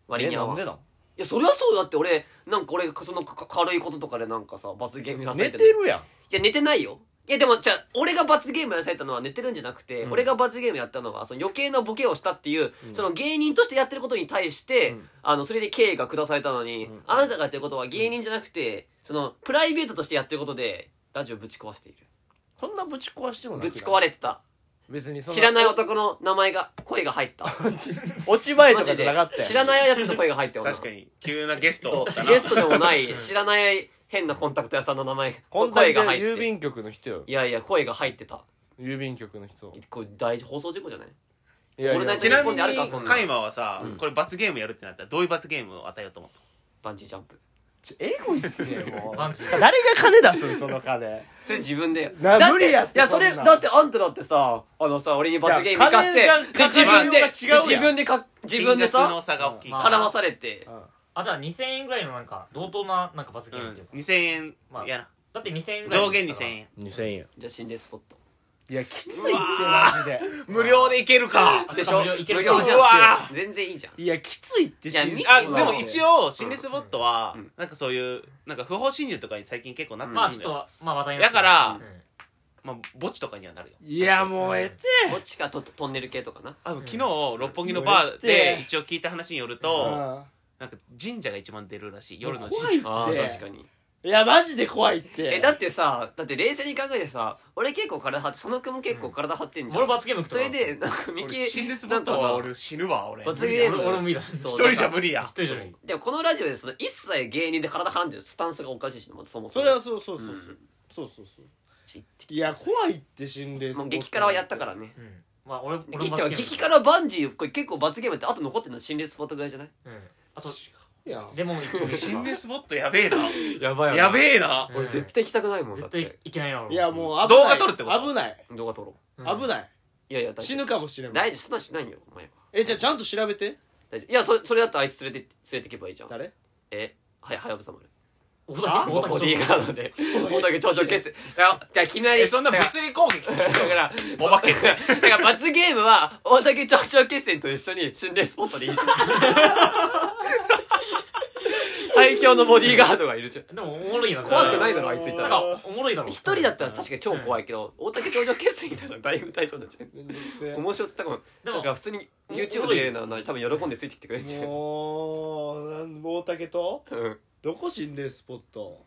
Speaker 5: 割
Speaker 3: え
Speaker 5: に合
Speaker 3: な
Speaker 5: わ
Speaker 3: ん
Speaker 5: ん
Speaker 3: で
Speaker 5: い
Speaker 3: なん
Speaker 5: やそりゃそうだって俺なんか俺そのかか軽いこととかでなんかさ罰ゲームやらされ
Speaker 3: 寝
Speaker 5: て
Speaker 3: て
Speaker 5: る
Speaker 3: るやん
Speaker 5: いや寝てないよいやでもじゃあ俺が罰ゲームやらされたのは寝てるんじゃなくて、
Speaker 3: うん
Speaker 5: 俺が罰ゲームやったのはその余計なボケをしたっていう、その芸人としてやってることに対して、
Speaker 3: うん
Speaker 5: あのそれで敬意が下されたのに、
Speaker 3: ん
Speaker 5: あなたがやってることは芸人じゃなくて、そのプライベートとしてやってることでラジオぶち壊している
Speaker 3: こんなぶち壊してもなくな
Speaker 5: ぶ
Speaker 3: い
Speaker 5: ち壊れてた
Speaker 3: 別にそん
Speaker 5: 知らない男の名前が声が入った
Speaker 3: 落ち前と
Speaker 5: マ
Speaker 3: か
Speaker 5: ジ
Speaker 3: じ
Speaker 5: で
Speaker 3: ゃなかったやん
Speaker 5: 知らないやつの声が入ったよな
Speaker 4: 確かに急なゲスト
Speaker 5: そ
Speaker 4: だった
Speaker 5: う
Speaker 4: な
Speaker 5: ゲストでもない知らない変なコンタクト屋さんの名前
Speaker 3: こんだけ
Speaker 5: 声が入って
Speaker 3: 郵便局の人よ
Speaker 5: いやいや声が入ってた
Speaker 3: 郵便局の人
Speaker 5: これ大放送事故じゃない
Speaker 3: いやい
Speaker 5: 俺
Speaker 3: や
Speaker 5: なん
Speaker 4: ちなみに
Speaker 5: 日本であるかそんな
Speaker 4: カイマはさ、これ罰ゲームやるってなったらどういう罰ゲームを与えようと思っ
Speaker 5: バンジージャンプ
Speaker 3: ちエゴ言ってよもう
Speaker 2: バンジー
Speaker 3: 誰が金出すんその金
Speaker 5: それ自分で
Speaker 3: な
Speaker 5: だって
Speaker 3: 無理やって
Speaker 5: いやそれ
Speaker 3: そんな
Speaker 5: だってあんただってさあのさ俺に罰ゲーム行かせて
Speaker 3: じゃあ
Speaker 5: で自
Speaker 3: 金が
Speaker 5: 分で
Speaker 3: かかりようが違うやん
Speaker 5: 自分でか自分
Speaker 4: た
Speaker 5: で
Speaker 4: 金額の
Speaker 5: さ
Speaker 4: 差が大きいか
Speaker 5: 払
Speaker 4: ら、
Speaker 5: わされて
Speaker 2: あじゃあ2000円ぐらいのなんか同等ななんか罰ゲ
Speaker 4: う
Speaker 2: ーム
Speaker 4: ん
Speaker 2: っていうか、
Speaker 4: 2000円、
Speaker 2: まあ
Speaker 4: やな
Speaker 2: だって2000円ぐらい
Speaker 4: 上限2000円
Speaker 3: 2000円
Speaker 5: じゃあ心霊スポット
Speaker 3: いやきついってマジで
Speaker 4: 無料でいけるか
Speaker 5: でしょ
Speaker 2: 無料いける
Speaker 5: 無料じゃん
Speaker 4: うわ
Speaker 5: 全然いいじゃん
Speaker 3: いやきついって
Speaker 5: いや見て
Speaker 4: あ
Speaker 5: あ
Speaker 4: で
Speaker 5: ま
Speaker 4: も一応心理スポットは、
Speaker 5: うん
Speaker 4: なんかそういうなんか不法侵入とかに最近結構なってる
Speaker 2: まあ
Speaker 4: ん
Speaker 2: ちょっ
Speaker 4: だよ、
Speaker 2: とまあ話題にな
Speaker 4: だ
Speaker 2: って
Speaker 4: か
Speaker 2: るう、
Speaker 4: ら
Speaker 2: ん
Speaker 4: まあ、墓地とかにはなるよ
Speaker 3: いやもうえて
Speaker 5: どっちかとトンネル系とかな
Speaker 4: あでも昨日六本木のバーで一応聞いた話によると、なんか神社が一番出るらしい夜の神社
Speaker 5: あ
Speaker 3: いって
Speaker 5: ー確かに
Speaker 3: いやマジで怖いって
Speaker 5: えだってさだって冷静に考えてさ俺結構体張って佐野くんも結構体張ってんじゃ
Speaker 2: 俺
Speaker 5: ん
Speaker 2: 罰ゲーム食
Speaker 5: そ
Speaker 2: った
Speaker 5: れでなんかミ
Speaker 4: 俺
Speaker 5: キ
Speaker 4: 死んでスポットは俺死ぬわ俺
Speaker 5: 罰
Speaker 4: 一
Speaker 5: ゲーム
Speaker 2: 俺俺も無理だ
Speaker 5: そう
Speaker 4: 人じゃ無理や
Speaker 2: 一人じゃ無理
Speaker 5: でもこのラジオでその一切芸人で体張らんでるスタンスがおかしいしねまずそもそ
Speaker 3: そ
Speaker 5: も
Speaker 3: れはそうそうそう
Speaker 5: う
Speaker 3: そうんそうそうそう
Speaker 5: ちって
Speaker 3: いや怖いって心霊スポ
Speaker 5: も
Speaker 3: ット
Speaker 5: う激辛はやったからね
Speaker 2: うんまあ俺俺
Speaker 5: 激
Speaker 2: も
Speaker 5: でも
Speaker 2: 罰ゲーム
Speaker 5: 激辛バンジーこれ結構罰ゲームってあと残ってるの心霊スポットぐらいじゃない
Speaker 2: うんあと
Speaker 3: いや
Speaker 2: レモン一気
Speaker 4: 心霊スポットやべえな
Speaker 3: やば
Speaker 4: やべえな
Speaker 2: 俺
Speaker 5: 絶対行きたくないもん
Speaker 2: 絶
Speaker 5: だっ
Speaker 2: 対
Speaker 5: て
Speaker 2: いけないな俺
Speaker 3: いやもう危ない
Speaker 4: 動画撮るってこと
Speaker 3: 危ない
Speaker 5: 動画撮ろ
Speaker 2: うん
Speaker 3: 危ない、
Speaker 5: ういやいや大丈夫
Speaker 3: 死ぬかもしれない
Speaker 5: 大丈夫そんなしないよお前は
Speaker 3: えじゃあちゃんと調べて
Speaker 5: 大丈夫いやそれそれだったらあいつ連れて連れてけばいいじゃん
Speaker 3: 誰
Speaker 5: えはいはやぶさまで
Speaker 2: 大竹大
Speaker 5: ボ
Speaker 2: 竹
Speaker 5: ディーガードで大竹頂上決戦いやいや決まり
Speaker 4: えそんな
Speaker 5: だ
Speaker 4: 物
Speaker 5: か
Speaker 4: 理攻撃
Speaker 5: らだから
Speaker 4: お化けって
Speaker 5: だから罰ゲームは大竹頂上決戦と一緒に心霊スポットでいいじゃん最強のボディーガードがいるじゃん
Speaker 2: でもおもろいな
Speaker 5: 怖くない
Speaker 2: だ
Speaker 5: だろあいついた
Speaker 2: なん
Speaker 5: ら
Speaker 2: かおもろいだろ
Speaker 5: 一人だったら確かに超怖いけど、大竹頂上決戦いたらだいぶ対象になっちゃう
Speaker 3: めんどくせえ
Speaker 5: 面白さ多分
Speaker 2: でも
Speaker 5: だから普通に YouTube で見れるのは多分喜んでついてきてくれるんじゃん
Speaker 3: もうなん大竹と
Speaker 5: うん
Speaker 3: どこ心霊スポット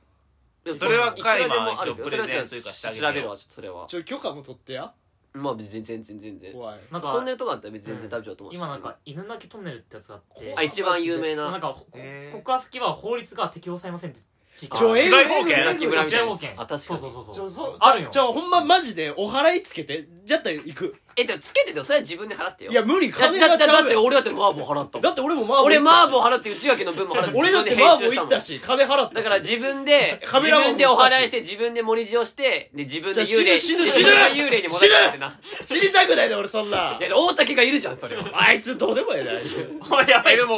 Speaker 5: でも
Speaker 4: それはい
Speaker 5: くらでも
Speaker 4: カイマ
Speaker 5: あ
Speaker 4: 一
Speaker 5: る
Speaker 4: 応
Speaker 5: けど
Speaker 4: プレゼントというかしてあげて
Speaker 5: それ
Speaker 4: よ
Speaker 5: は調べるわちょ
Speaker 3: ちょ
Speaker 5: っとそれは
Speaker 3: 許可も取ってや
Speaker 5: まあ別に全然全然
Speaker 3: 怖い
Speaker 2: なん
Speaker 5: トンネ
Speaker 2: か
Speaker 5: ルとかだったら別に全然大丈夫だと思うし
Speaker 2: 今なんか犬鳴きトンネルってやつがあって
Speaker 5: あ一番有名
Speaker 2: そう
Speaker 5: な
Speaker 2: なんかこ
Speaker 4: えー
Speaker 2: ここから先は法律が適用されませんって地域
Speaker 5: ちょ
Speaker 2: あ
Speaker 5: え
Speaker 4: 違い保険
Speaker 5: 泣き村みた
Speaker 2: 治
Speaker 5: いな
Speaker 2: 安保険
Speaker 5: あ確かに
Speaker 2: そうそうそう
Speaker 3: ち
Speaker 2: そ
Speaker 3: ょ
Speaker 2: う
Speaker 3: そう
Speaker 2: あるよ
Speaker 3: じゃあほんまマジでお払いつけてじゃったら行く
Speaker 5: えでもつけててもそれは自分で払ってよ
Speaker 3: いや無理
Speaker 5: だだ
Speaker 3: 金が
Speaker 5: だ
Speaker 3: ち
Speaker 5: だ
Speaker 3: ゃ
Speaker 5: っ
Speaker 3: う
Speaker 5: て
Speaker 3: やん
Speaker 5: 俺だってマーボー払ったもん
Speaker 3: だって俺もマーボー
Speaker 5: 俺マーボ
Speaker 3: ー
Speaker 5: ー払って内垣の分も払って
Speaker 3: 俺だって
Speaker 5: 自分で
Speaker 3: マ
Speaker 5: 編
Speaker 3: ー
Speaker 5: 集
Speaker 3: ボ
Speaker 5: し
Speaker 3: ー行
Speaker 5: たも
Speaker 3: っ
Speaker 5: ん
Speaker 3: たし金払ったし
Speaker 5: だから自分で
Speaker 3: カ
Speaker 5: 自
Speaker 3: メラマン
Speaker 5: 分
Speaker 3: も
Speaker 5: でお
Speaker 3: したし
Speaker 5: 払いして自分で盛り地をしてで自分で
Speaker 3: じゃあ
Speaker 5: 幽霊
Speaker 3: 死ぬ
Speaker 5: で
Speaker 3: 死ぬ
Speaker 5: 自分が幽霊に戻してってな
Speaker 3: 知りたくないで俺そんない
Speaker 5: や大竹がいるじゃんそれは
Speaker 3: あいつどうでもええなあいつ
Speaker 2: お前やば
Speaker 4: え
Speaker 2: い
Speaker 4: でも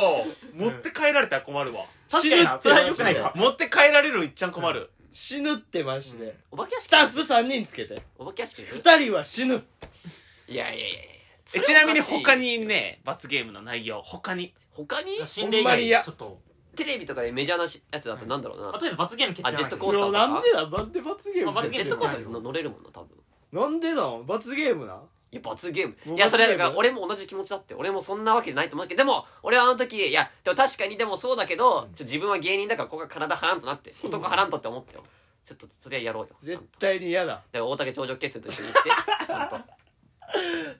Speaker 4: 持って帰られたら困るわ
Speaker 2: 確かになそれは良くない
Speaker 3: マジで
Speaker 2: か
Speaker 4: 持って帰られるのいっちゃん困る
Speaker 3: 死ぬってマジで
Speaker 5: お化け屋
Speaker 3: ス
Speaker 5: 敷
Speaker 3: タッフ3人つけて
Speaker 5: お化け屋敷
Speaker 3: 2人は死ぬ
Speaker 5: いやいやいやいや
Speaker 4: えちなみに他にね罰ゲームの内容他に
Speaker 5: 他に
Speaker 2: 心霊以
Speaker 3: ほんまに嫌
Speaker 2: 外ちょっと
Speaker 5: テレビとかでメジャーなしやつだとなんだろうな、
Speaker 2: まあとりあえず罰ゲーム決定
Speaker 5: あジェットコー
Speaker 3: い
Speaker 5: スタ
Speaker 3: や
Speaker 5: ー
Speaker 3: なん
Speaker 5: と
Speaker 3: でだなんで罰ゲーム
Speaker 2: まあ罰
Speaker 5: ジ
Speaker 2: ゲ
Speaker 5: ェ
Speaker 2: ー
Speaker 5: ットコースター別に乗れるもんな多分
Speaker 3: なんでなん罰ゲームなん
Speaker 5: いや罰ゲー
Speaker 3: もう
Speaker 5: ムいやそれ
Speaker 3: 罰ゲー
Speaker 5: だ
Speaker 3: ム
Speaker 5: から俺も同じ気持ちだって俺もそんなわけじゃないと思うけどでも俺はあの時いやでも確かにでもそうだけど、ちょっと自分は芸人だからここが体張らんとな って男張らんとって思ったよちょっとそれはやろうよちゃ
Speaker 3: 絶
Speaker 5: んと
Speaker 3: 対に嫌だ
Speaker 5: だから大竹頂上決戦と一緒に行って ちゃんと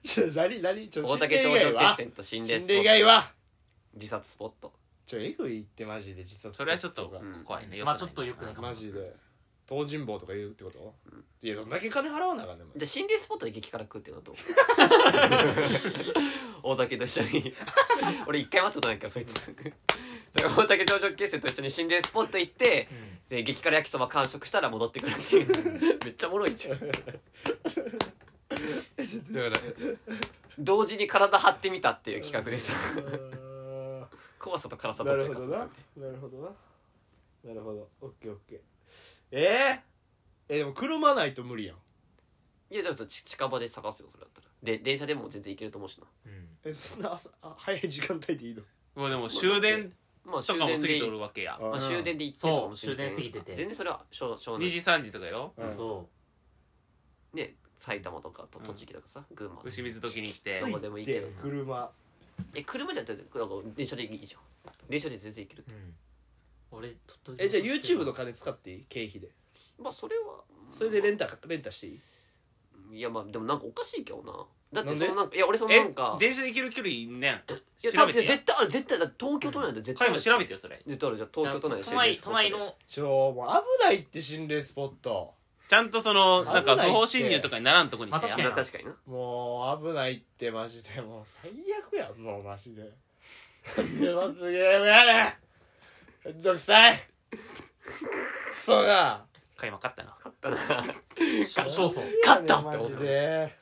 Speaker 3: ちょ 何何ちょ
Speaker 5: 大
Speaker 3: 心霊
Speaker 5: 竹
Speaker 3: 以
Speaker 5: 頂
Speaker 3: 外
Speaker 5: 上
Speaker 3: は
Speaker 5: 決戦と心霊ス
Speaker 3: 心霊以
Speaker 5: ポット
Speaker 3: 外は
Speaker 5: 自殺スポット
Speaker 3: ちょエグいってマジで実は
Speaker 4: それはちょっと怖いね
Speaker 2: まあちょっと良くないかも
Speaker 3: マジで東尋坊とか言うってこと、いやどんだけ金払わなあかんねんお前
Speaker 5: じゃあ心霊スポットで激辛食うっていうのはどう大竹と一緒に俺一回待つことないけどそいつだから大竹頂上決戦と一緒に心霊スポット行って
Speaker 2: うん
Speaker 5: で激辛焼きそば完食したら戻ってくるっていうめっちゃおもろいじゃん同時に体張ってみたっていう企画で した
Speaker 3: う
Speaker 5: 怖さと辛さ
Speaker 3: ーんな
Speaker 5: どっ
Speaker 3: るほど
Speaker 5: ちが勝つ
Speaker 3: な
Speaker 5: か
Speaker 3: なるほどななるほどオッケーオッケーえー、えでも車ないと無理やん
Speaker 5: いやだからち近場で探すよそれだったらで電車でも全然行けると思うしな
Speaker 2: うん
Speaker 3: えそんな朝あ早い時間帯でいいの
Speaker 4: もうでも終電
Speaker 5: まあ
Speaker 4: と
Speaker 5: 終
Speaker 4: かも過
Speaker 5: 電で
Speaker 4: ぎ
Speaker 5: い
Speaker 4: と
Speaker 5: い
Speaker 4: るわけや
Speaker 5: まあ、終電で行って
Speaker 2: そう
Speaker 5: とかも全然
Speaker 2: 終電過ぎてて
Speaker 5: 全然それは少少
Speaker 4: 2
Speaker 5: 年
Speaker 4: 時3時とかやろ
Speaker 3: うん
Speaker 2: そ
Speaker 5: ね埼玉とかと栃木とかさ、群馬
Speaker 4: 牛水時に来て
Speaker 5: そこでもいいけど
Speaker 3: ついて車
Speaker 5: え車じゃなくてなんか電車でいいじゃん電車で全然行けるっ
Speaker 2: う
Speaker 5: て
Speaker 2: うん俺とっと
Speaker 3: えじゃあ YouTube の金使っていい経費で
Speaker 5: まあそれは
Speaker 3: それでレンタカレンタしていい
Speaker 5: いやまあでもなんかおかしいけどなだっ
Speaker 3: なん
Speaker 5: て
Speaker 3: で
Speaker 5: そのなんかいや俺その
Speaker 4: え
Speaker 5: なんか
Speaker 4: 電車で行ける距離ね
Speaker 5: いや
Speaker 4: 調
Speaker 5: 多
Speaker 4: べ
Speaker 5: 分いや
Speaker 4: て
Speaker 5: 絶対
Speaker 4: や
Speaker 5: ある絶対だって東京都内だよ絶対
Speaker 4: 会
Speaker 5: ある
Speaker 4: も調べてよそれ
Speaker 5: 絶対あるじゃあ東京都内で
Speaker 2: 都内都内の
Speaker 3: ちょもう危ないって心霊スポット
Speaker 4: ちゃんとそのなんか
Speaker 3: 危ない
Speaker 4: 不
Speaker 3: って
Speaker 4: 法侵入とかにならんとこにして
Speaker 2: ま
Speaker 4: や
Speaker 2: あ
Speaker 5: 確かにな
Speaker 3: もう危ないってマジでもう最悪やんもうマジでなんで罰ゲームやねんめんどくさいクソが
Speaker 4: 買いまかったな
Speaker 2: そうそうそう
Speaker 5: 勝った
Speaker 3: マジで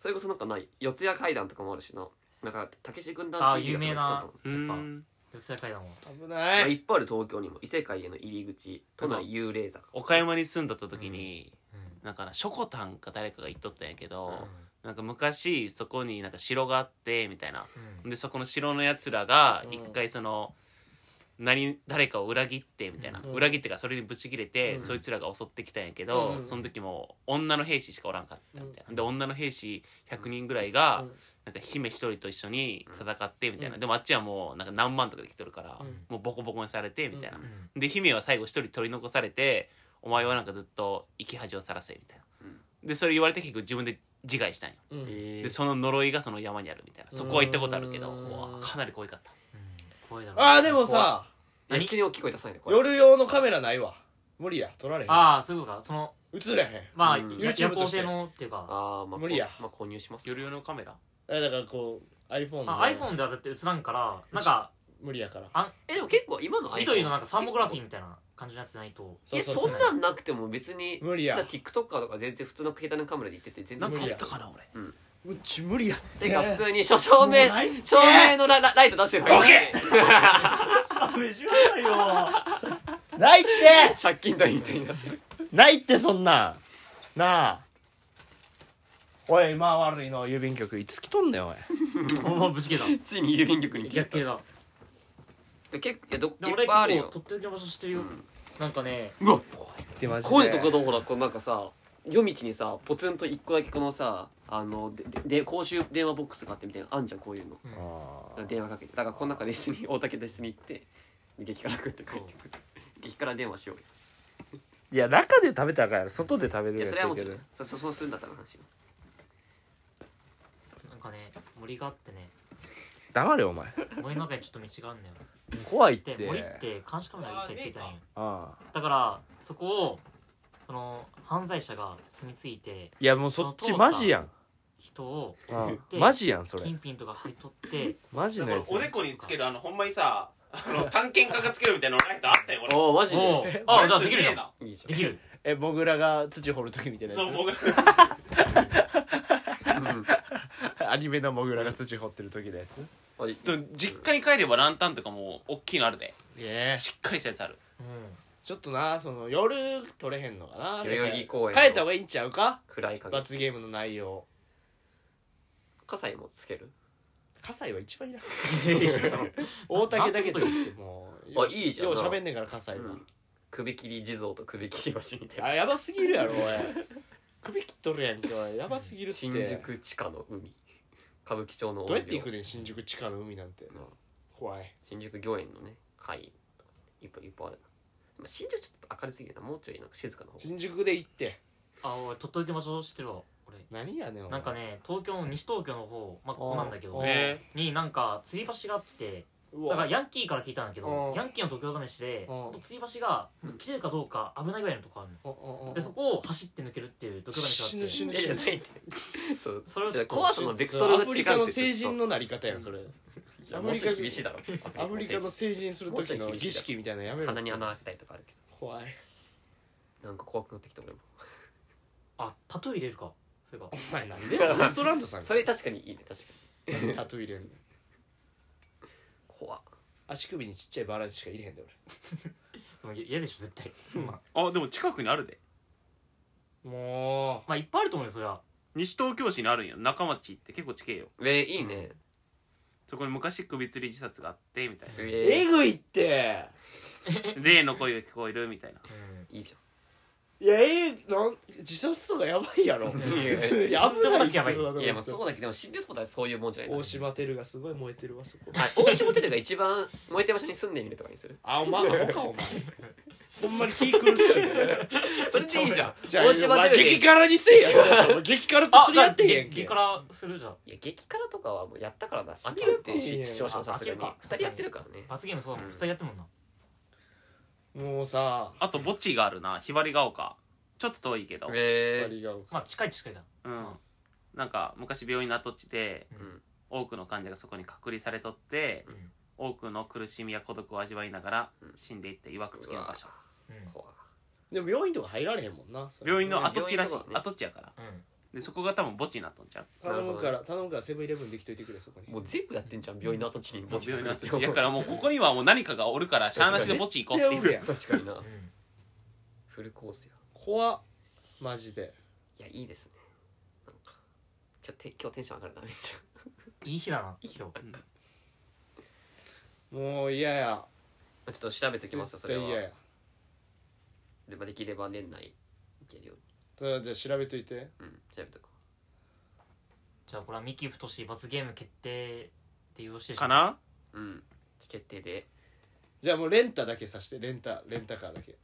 Speaker 5: それこそなんかない四谷階段とかもあるしななんかたけし軍団
Speaker 2: あー
Speaker 5: っていう
Speaker 2: 有名な
Speaker 4: う
Speaker 2: やっぱ
Speaker 4: ん
Speaker 2: 四谷階段は
Speaker 3: 危
Speaker 5: ま
Speaker 3: な
Speaker 5: あ、い
Speaker 3: い
Speaker 5: っぱいある東京にも異世界への入り口都内幽霊坂
Speaker 4: 岡山に住んだった時に
Speaker 2: うんうん
Speaker 4: なんかなショコタンか誰かが言っとったんやけ
Speaker 5: う
Speaker 4: ど
Speaker 5: ん
Speaker 4: なんか昔そこになんか城があってみたいな
Speaker 2: うん
Speaker 4: でそこの城のやつらが
Speaker 3: うん
Speaker 4: 一回その、何誰かを裏切ってみたいな、
Speaker 3: うん
Speaker 4: 裏切ってかそれにぶち切れて、
Speaker 3: うん
Speaker 4: そいつらが襲ってきたんやけど、
Speaker 3: うん
Speaker 4: その時も女の兵士しかおらんかったみたいな、で女の兵士100人ぐらいが、
Speaker 3: うん
Speaker 4: なんか姫一人と一緒に戦ってみたいな、でもあっちはもうなんか何万とかできとるから、
Speaker 3: うん
Speaker 4: もうボコボコにされてみたいな、
Speaker 2: うん
Speaker 4: で姫は最後一人取り残されてお前はなんかずっと生き恥をさらせみたいな、でそれ言われて結局自分で自害したんよ
Speaker 3: うん
Speaker 5: え
Speaker 4: でその呪いがその山にあるみたいなそこは行ったことあるけど
Speaker 3: うん
Speaker 4: うわかなり怖かった
Speaker 2: 怖いだろ
Speaker 3: あーでもさ
Speaker 5: ー、一気に大きい声出さないでこれ
Speaker 3: 夜用のカメラないわ無理や撮られへん
Speaker 2: ああそういうことかその
Speaker 3: 映れへん
Speaker 2: まあ
Speaker 5: うん
Speaker 2: や
Speaker 3: YouTube
Speaker 2: 夜行性のっていうか
Speaker 5: ああまあ
Speaker 3: 無理や
Speaker 5: こまあ購入します
Speaker 4: 夜用のカメラ
Speaker 3: えだからこう iPhone
Speaker 2: ま
Speaker 3: の
Speaker 2: あ iPhone ではだって映らんからなんか
Speaker 3: 無理やから
Speaker 5: えでも結構今の iPhone
Speaker 2: 緑のなんかサーモグラフィーみたいな感じのやつじゃないと
Speaker 5: え
Speaker 3: うう
Speaker 5: そんなんなくても別に
Speaker 3: 無理や
Speaker 5: なんか TikToker とか全然普通の携帯のカメラで行ってて全然
Speaker 3: 無理や
Speaker 4: かな俺
Speaker 3: うち無理やって
Speaker 5: てか普通に照照
Speaker 3: も
Speaker 5: 明
Speaker 3: うないって
Speaker 5: 照明のララライト出せばいい
Speaker 3: めしないよないって
Speaker 5: 借金取りみたいになってる
Speaker 3: ないってそんなんなあおい今悪いの郵便局いつ来とんねんおい
Speaker 2: お前ぶち切れた
Speaker 5: ついに郵便局に
Speaker 2: 逆系だ
Speaker 5: で結構いやど
Speaker 2: でも
Speaker 5: いっ
Speaker 2: 俺
Speaker 5: ぱいある
Speaker 2: 結構
Speaker 5: よ
Speaker 2: とっておきの場所知ってるよなんかね
Speaker 5: うわ
Speaker 3: ってマジ
Speaker 5: こういうとこどこだこうなんかさ夜道にさポツンと一個だけこのさあのでで公衆電話ボックスがあってみたいなのあんじゃんこういうの
Speaker 3: あ
Speaker 5: 電話かけてだからこの中で一緒に大竹と一緒に行って激辛食って帰ってくる激辛電話しようよ
Speaker 3: ーいや中で食べたらあかんやろ外で食べる
Speaker 5: い
Speaker 3: や
Speaker 5: やそ
Speaker 3: つ
Speaker 5: れは
Speaker 3: や
Speaker 5: も
Speaker 3: け
Speaker 5: ちろ
Speaker 3: ど
Speaker 5: んそそそうするんだったら話よ
Speaker 2: なんかね森があってね
Speaker 3: 黙れよお前
Speaker 2: 森の中にちょっと道があるんだよ
Speaker 3: 怖いっ
Speaker 2: で
Speaker 3: て
Speaker 2: 森って監視カメラが一切ついてないんよ
Speaker 3: ああ
Speaker 2: だからそこをその犯罪者が住み着いて
Speaker 3: いやもうそっちマジやん
Speaker 2: 人を
Speaker 3: あ
Speaker 2: 襲って
Speaker 3: あマジやんそれ
Speaker 2: 金品とか入っとって
Speaker 3: マジのやつ
Speaker 4: おでこにつけるあのほんまにさあの探検家がつけるみたいなのライトあったよ俺
Speaker 5: おおマジ
Speaker 2: お
Speaker 5: で
Speaker 2: う あじゃあできるじゃん
Speaker 5: いいじゃん
Speaker 2: できる
Speaker 3: えモグラが土掘る時みたいな
Speaker 4: そう
Speaker 3: や
Speaker 4: 僕
Speaker 3: つアニメのモグラが土掘ってる時のやつ
Speaker 5: マジ
Speaker 4: でも実家に帰ればランタンとかも大きいのあるで
Speaker 3: え
Speaker 4: しっかりしたやつある
Speaker 2: う
Speaker 3: ちょっとなその夜取れへんのかな
Speaker 5: 代々木公園の
Speaker 3: 変えた方がいいんちゃうか
Speaker 5: 暗い影
Speaker 3: 罰ゲームの内容
Speaker 5: 葛西もつける
Speaker 3: 葛西は一番いらん
Speaker 2: ん
Speaker 3: 大竹だけで言ってもうよう
Speaker 5: あいいじゃん
Speaker 3: よう喋んねんから葛西は、
Speaker 5: うん首切り地蔵と首切り橋みたいな
Speaker 3: あやばすぎるやろおい首切っとるやんけおいやばすぎるって
Speaker 5: 新
Speaker 3: どう
Speaker 5: 宿地下の海歌舞伎町の
Speaker 3: やって行くねん新宿地下の海なんて
Speaker 5: うん
Speaker 3: 怖い
Speaker 5: 新宿御苑のね会とかいっぱいいっぱいあるなまあ新宿ちょっと明るすぎるなもうちょいなんか静かな方が
Speaker 3: 新宿で行って
Speaker 2: あ俺とっておきの場所知ってるわ俺
Speaker 3: 何やねんお前
Speaker 2: なんかね東京の西東京の方まあここなんだけど
Speaker 3: おう
Speaker 4: ね
Speaker 2: になんか吊り橋があって
Speaker 3: う
Speaker 2: だから
Speaker 3: わ
Speaker 2: ヤンキーから聞いたんだけ
Speaker 3: うん
Speaker 2: どヤンキーの度胸試しで
Speaker 3: うん
Speaker 2: つり橋が切れるかどうか危ないぐらいのとこある
Speaker 3: おお
Speaker 2: の
Speaker 3: お
Speaker 2: でそこを走って抜けるっていう度胸試し
Speaker 3: 死ぬ
Speaker 2: があって
Speaker 3: 死ぬ
Speaker 5: いやじ
Speaker 3: 死
Speaker 5: ゃ
Speaker 3: ぬ
Speaker 5: ないってそう
Speaker 2: それをちょっと
Speaker 5: 怖さのベクトルが違う
Speaker 3: アフリカの成人のなり方やんそれ
Speaker 5: アフリカ厳しいだろ
Speaker 3: アフリカの成人する時の儀式みたいなのやめろ
Speaker 5: 鼻に穴開けたりとかあるけ
Speaker 3: 怖い
Speaker 5: どなんか怖くなってきた俺も
Speaker 2: あタトゥー入れるかそれか
Speaker 3: お前なんでウエストランドさん
Speaker 5: それ確かにいいね確
Speaker 3: なん
Speaker 5: かに
Speaker 3: でタトゥー入れんの
Speaker 5: 怖っ
Speaker 3: 足首にちっちゃいバラしか入れへんで
Speaker 2: その嫌でしょ絶対そんな
Speaker 4: あでも近くにあるで
Speaker 3: 俺も
Speaker 2: まあいっぱいあると思うよそれは
Speaker 4: 西東京市にあるんよ中町って結構近えよ
Speaker 5: えーいいね
Speaker 4: そこに昔首吊り自殺があってみたいな
Speaker 3: う
Speaker 5: え
Speaker 3: えぐいって
Speaker 4: 霊の声が聞こえるみたいな
Speaker 2: うん
Speaker 5: ーいいじ
Speaker 3: いやえーなん自殺とかやばいやろ普通に危ないって
Speaker 2: いや
Speaker 5: ゃんいやまあそうだけどでも心霊スポットはそういうもんじゃない
Speaker 3: 大島テルがすごい燃えてるわそこ
Speaker 5: はい大島ホテルが一番燃えてる場所に住んでみるとかにする
Speaker 3: あお前アホかお前ほんまに気狂っちゃうよ
Speaker 5: それでいいじゃん
Speaker 3: じゃあ
Speaker 5: 大島ホテルで
Speaker 3: 激辛にせえやそれだ ったら激辛と釣り合ってへん
Speaker 2: 激
Speaker 3: け
Speaker 2: 辛するじゃん
Speaker 5: いや激辛とかはもうやったからだ飽
Speaker 3: き
Speaker 5: き
Speaker 3: る
Speaker 5: る
Speaker 3: っ
Speaker 5: ってて視聴者もさ
Speaker 2: 飽
Speaker 5: すが
Speaker 2: きる
Speaker 5: に
Speaker 2: か
Speaker 5: 2人やってるからね
Speaker 2: 罰ゲームそうだもん2人やってるもんな
Speaker 3: もうさ
Speaker 4: あと墓地があるなひばりが丘ちょっと遠いけど、
Speaker 5: えー
Speaker 3: 割りが
Speaker 2: まあ近いっちゃ近いだ
Speaker 4: うんなんか昔病院の跡地で
Speaker 5: うん
Speaker 4: 多くの患者がそこに隔離されとって、
Speaker 2: うん
Speaker 4: 多くの苦しみや孤独を味わいながら
Speaker 5: うん
Speaker 4: 死んでいったいわくつきの場所
Speaker 2: うん
Speaker 5: 怖っ
Speaker 3: でも病院とか入られへんもんなそれ
Speaker 4: 病院の跡地らしい、
Speaker 5: 病院とかね
Speaker 4: 跡地やから
Speaker 2: うん
Speaker 4: でそこが多分墓地になっとんちゃう
Speaker 3: 頼むから頼むからセブンイレブンできといてくれそこに
Speaker 5: もう全部やってんじゃん病院の跡地に
Speaker 4: そう
Speaker 5: 墓地
Speaker 4: 病
Speaker 5: 作
Speaker 4: 院
Speaker 5: る
Speaker 4: の
Speaker 5: って
Speaker 4: 跡地やからもうここにはもう何かがおるからしゃあなしで墓地行こうって
Speaker 3: 絶対おる
Speaker 4: いう
Speaker 3: やん
Speaker 5: 確かにな
Speaker 2: うん
Speaker 5: フルコースや
Speaker 3: 怖っマジで
Speaker 5: いやいいですねなんか今日て今日テンション上がるなめっちゃ
Speaker 2: いい日だな今日
Speaker 3: もう嫌や
Speaker 5: まあちょっと調べておきますよそれ
Speaker 3: 絶対嫌
Speaker 5: は
Speaker 3: や
Speaker 5: でまあできれば年内いけるよう
Speaker 3: ただじゃあ調べといて
Speaker 5: にうん調べとこ
Speaker 2: じゃあこれはミキ太し罰ゲーム決定ってよろしいでしょう
Speaker 4: かな
Speaker 5: ううん決定で
Speaker 3: じゃあもうレンタだけさしてレンタレンタカーだけ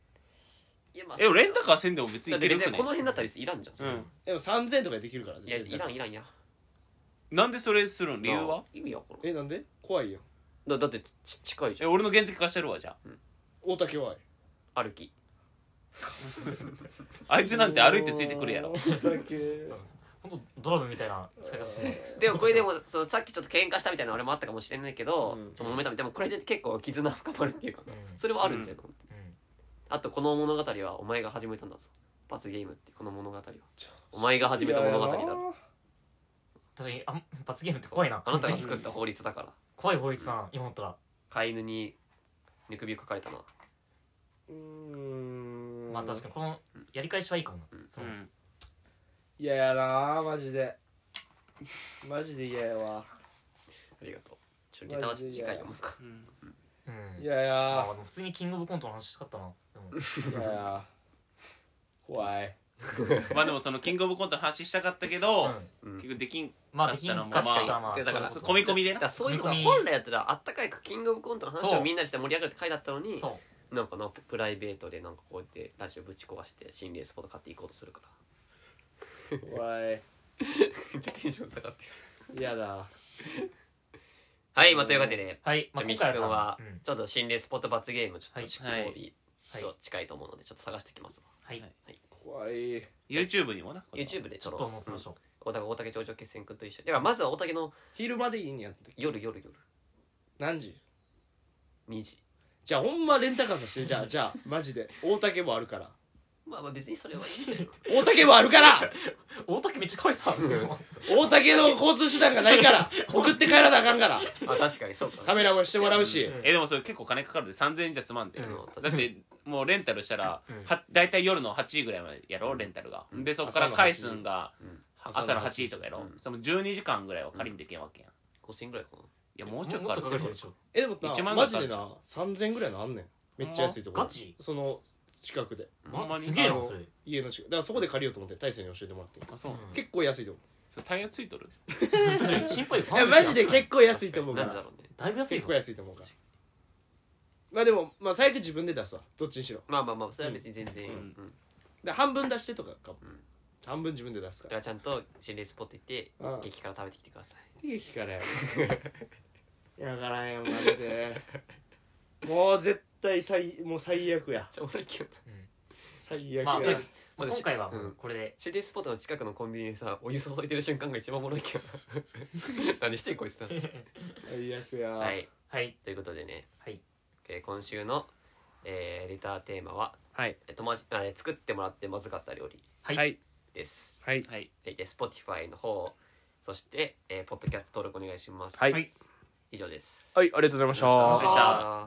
Speaker 5: いやまあ
Speaker 4: えレンタカーせんでも別に
Speaker 5: だ
Speaker 4: 行
Speaker 5: っ
Speaker 4: け
Speaker 5: て
Speaker 4: る
Speaker 5: 別
Speaker 4: く
Speaker 5: にこの
Speaker 4: ね
Speaker 5: 辺だったら別にいらんじゃんそ
Speaker 4: うん
Speaker 5: な、
Speaker 4: ん
Speaker 3: でも3000円とかでできるから
Speaker 5: いや
Speaker 3: レン
Speaker 5: い
Speaker 3: タカ
Speaker 5: ら
Speaker 3: ー
Speaker 5: んいらんいらん
Speaker 4: なんでそれするん理由は
Speaker 5: 意味わからん
Speaker 3: えなんで怖いよ
Speaker 5: だだってち近いじ
Speaker 4: え
Speaker 5: ゃん
Speaker 4: 俺の原付貸してるわじゃ
Speaker 3: 大竹は
Speaker 5: 歩き
Speaker 4: ああいつなんて歩いてついてくるやろ
Speaker 3: 大竹
Speaker 2: ほんとドラムみたいな使い方するね
Speaker 5: でもこれ でもそのさっきちょっと喧嘩したみたいなの俺もあったかもしれないけど、
Speaker 3: うん
Speaker 5: ちょっと揉めたみたいなでもこれで結構絆深まるっていうか、
Speaker 2: うん
Speaker 5: それはあるんじゃないかな、
Speaker 2: うん
Speaker 5: あとこの物語はお前が始めたんだぞ罰ゲームってこの物語はお前が始めた物語だ
Speaker 3: 嫌や
Speaker 5: ろ
Speaker 3: な
Speaker 2: 確かにあん罰ゲームって怖いな
Speaker 5: あなたが作った法律だから
Speaker 2: 怖い法律だな今思ったら
Speaker 5: 飼い犬に寝首をかかれたな
Speaker 3: うーん
Speaker 2: まあ確かにこのやり返しはいいかもな
Speaker 5: うん
Speaker 2: そうの
Speaker 4: ん
Speaker 3: 嫌やなマジでマジで嫌やわ
Speaker 5: ありがとうちょネタはちょっと次回読もうか
Speaker 4: うん
Speaker 2: うん
Speaker 3: 嫌や
Speaker 2: まあでも普通にキングオブコントの話したかったなでも
Speaker 3: 嫌や怖い
Speaker 4: まあでもそのキングオブコントの話したかったけ
Speaker 5: う
Speaker 4: ど、
Speaker 5: ん
Speaker 4: 結局できん
Speaker 2: まあできんかった
Speaker 5: 確
Speaker 2: ら
Speaker 5: か
Speaker 2: まあ
Speaker 5: にだから
Speaker 2: そういうこと
Speaker 4: 込み込みで
Speaker 5: だ
Speaker 4: な
Speaker 5: からそういうのが
Speaker 2: 込み込み
Speaker 5: 本来やったらあったかいキングオブコントの話
Speaker 2: そ
Speaker 5: を
Speaker 2: う
Speaker 5: みんなでして盛り上がるって回だったのに
Speaker 2: そう
Speaker 5: なんかなプライベートでなんかこうやってラジオぶち壊して心霊スポット買っていこうとするから
Speaker 3: 怖い
Speaker 5: めっちゃテンション下がってる
Speaker 3: 嫌だ
Speaker 5: はいまあというわけで
Speaker 2: はい
Speaker 5: じ
Speaker 2: まあ
Speaker 5: ゃあ
Speaker 2: 今
Speaker 5: み
Speaker 2: 回
Speaker 5: き
Speaker 2: は
Speaker 5: くんは
Speaker 2: 多分うん
Speaker 5: ちょっと心霊スポット罰ゲームちょっ
Speaker 2: は
Speaker 5: と
Speaker 2: い
Speaker 5: 祝曜日
Speaker 2: はい
Speaker 5: ちょっと近いと思うのでちょっと探してきますわ
Speaker 2: はい
Speaker 3: 怖い
Speaker 4: YouTube にもな
Speaker 5: YouTube でち
Speaker 2: ち
Speaker 5: ょ
Speaker 2: ょ
Speaker 5: っ
Speaker 2: っ
Speaker 5: と
Speaker 2: と載せましょう
Speaker 5: 大竹大竹頂上決戦くんと一緒にだからまずは大竹の
Speaker 3: 昼までいいんやって
Speaker 5: 夜夜夜
Speaker 3: 何時
Speaker 5: 2時
Speaker 3: じゃあほんまレンタカーさしてじゃあじゃあマジで大竹もあるから
Speaker 5: まあまあ別にそれはいいんじゃない
Speaker 3: 大竹もあるから
Speaker 2: 大竹めっちゃ可愛さあるんですけど
Speaker 3: 大竹の交通手段がないから送って帰らなあかんから
Speaker 5: あ確かにそうか
Speaker 3: カメラもしてもらうし
Speaker 4: えでもそれ結構金かかるで3000円じゃ済まんで、
Speaker 5: うん
Speaker 4: だってもうレンタルしたら、は大体夜の8時ぐらいまでやろレンタルが、でそこから返すんが
Speaker 5: うん
Speaker 4: 朝の8時とかやろ、
Speaker 5: うん
Speaker 4: その12時間ぐらいは借りんでいけんわけやん、
Speaker 5: 5000円ぐらいかない
Speaker 4: やもうちょっと
Speaker 2: もっと
Speaker 4: かか
Speaker 2: か
Speaker 4: る
Speaker 2: かるでしょ
Speaker 3: えでも
Speaker 4: 1
Speaker 3: な
Speaker 4: 万ぐら
Speaker 3: マ
Speaker 4: いか
Speaker 3: ジ
Speaker 4: かる
Speaker 3: でな3000円ぐらいのあんねんめっちゃ安いところ
Speaker 2: ほんまガチ
Speaker 3: その近くで
Speaker 4: ほんま
Speaker 2: ま
Speaker 4: に
Speaker 2: すげえ
Speaker 3: あ
Speaker 2: な
Speaker 3: の
Speaker 2: それ
Speaker 3: 家の近くだからそこで借りようと思って大勢に教えてもらって
Speaker 4: あそう、
Speaker 2: うん
Speaker 3: 結構安いと思
Speaker 4: それタイヤついとる
Speaker 2: 確かに心配です
Speaker 3: ういやマジで結構安いと思うか
Speaker 5: なんでだ
Speaker 3: ら
Speaker 5: ろうね
Speaker 2: だいぶ安
Speaker 3: 結
Speaker 2: いぞ
Speaker 3: 構安いと思うからまあでもまあ最悪自分で出すわどっちにしろ
Speaker 5: まあまあまあそれは別に全然
Speaker 4: うん
Speaker 5: うんだ
Speaker 3: で半分出してとかかも
Speaker 5: ん
Speaker 3: 半分自分で出すか
Speaker 5: からちゃんと心霊スポット行って
Speaker 3: らうん
Speaker 5: 激辛食べてきてください
Speaker 3: 激辛ややからんやマジでもう絶対最もう最悪や
Speaker 5: ちょおもろいけど
Speaker 3: 最悪
Speaker 2: まあ
Speaker 3: や、
Speaker 2: とりあえず
Speaker 5: まあ
Speaker 2: 今回は
Speaker 5: うん
Speaker 2: これで、
Speaker 5: シティスポットの近くのコンビニでさお湯注いでる瞬間が一番おもろい けど何してんこいつな
Speaker 3: 最悪や、
Speaker 5: はい
Speaker 2: はい
Speaker 5: ということでね、
Speaker 2: はい
Speaker 5: えー今週の、えーレターテーマは、
Speaker 4: はい
Speaker 5: えー友達あえー作ってもらってまずかった料理
Speaker 2: はい、
Speaker 4: はい
Speaker 5: です、
Speaker 4: はい
Speaker 6: はい。
Speaker 5: えーで Spotify の方そして、えーポッドキャスト登録お願いします、
Speaker 4: はい
Speaker 2: はい
Speaker 5: 以上です
Speaker 4: はいありがとうございまし
Speaker 5: ありがとうご
Speaker 4: た
Speaker 5: ざいました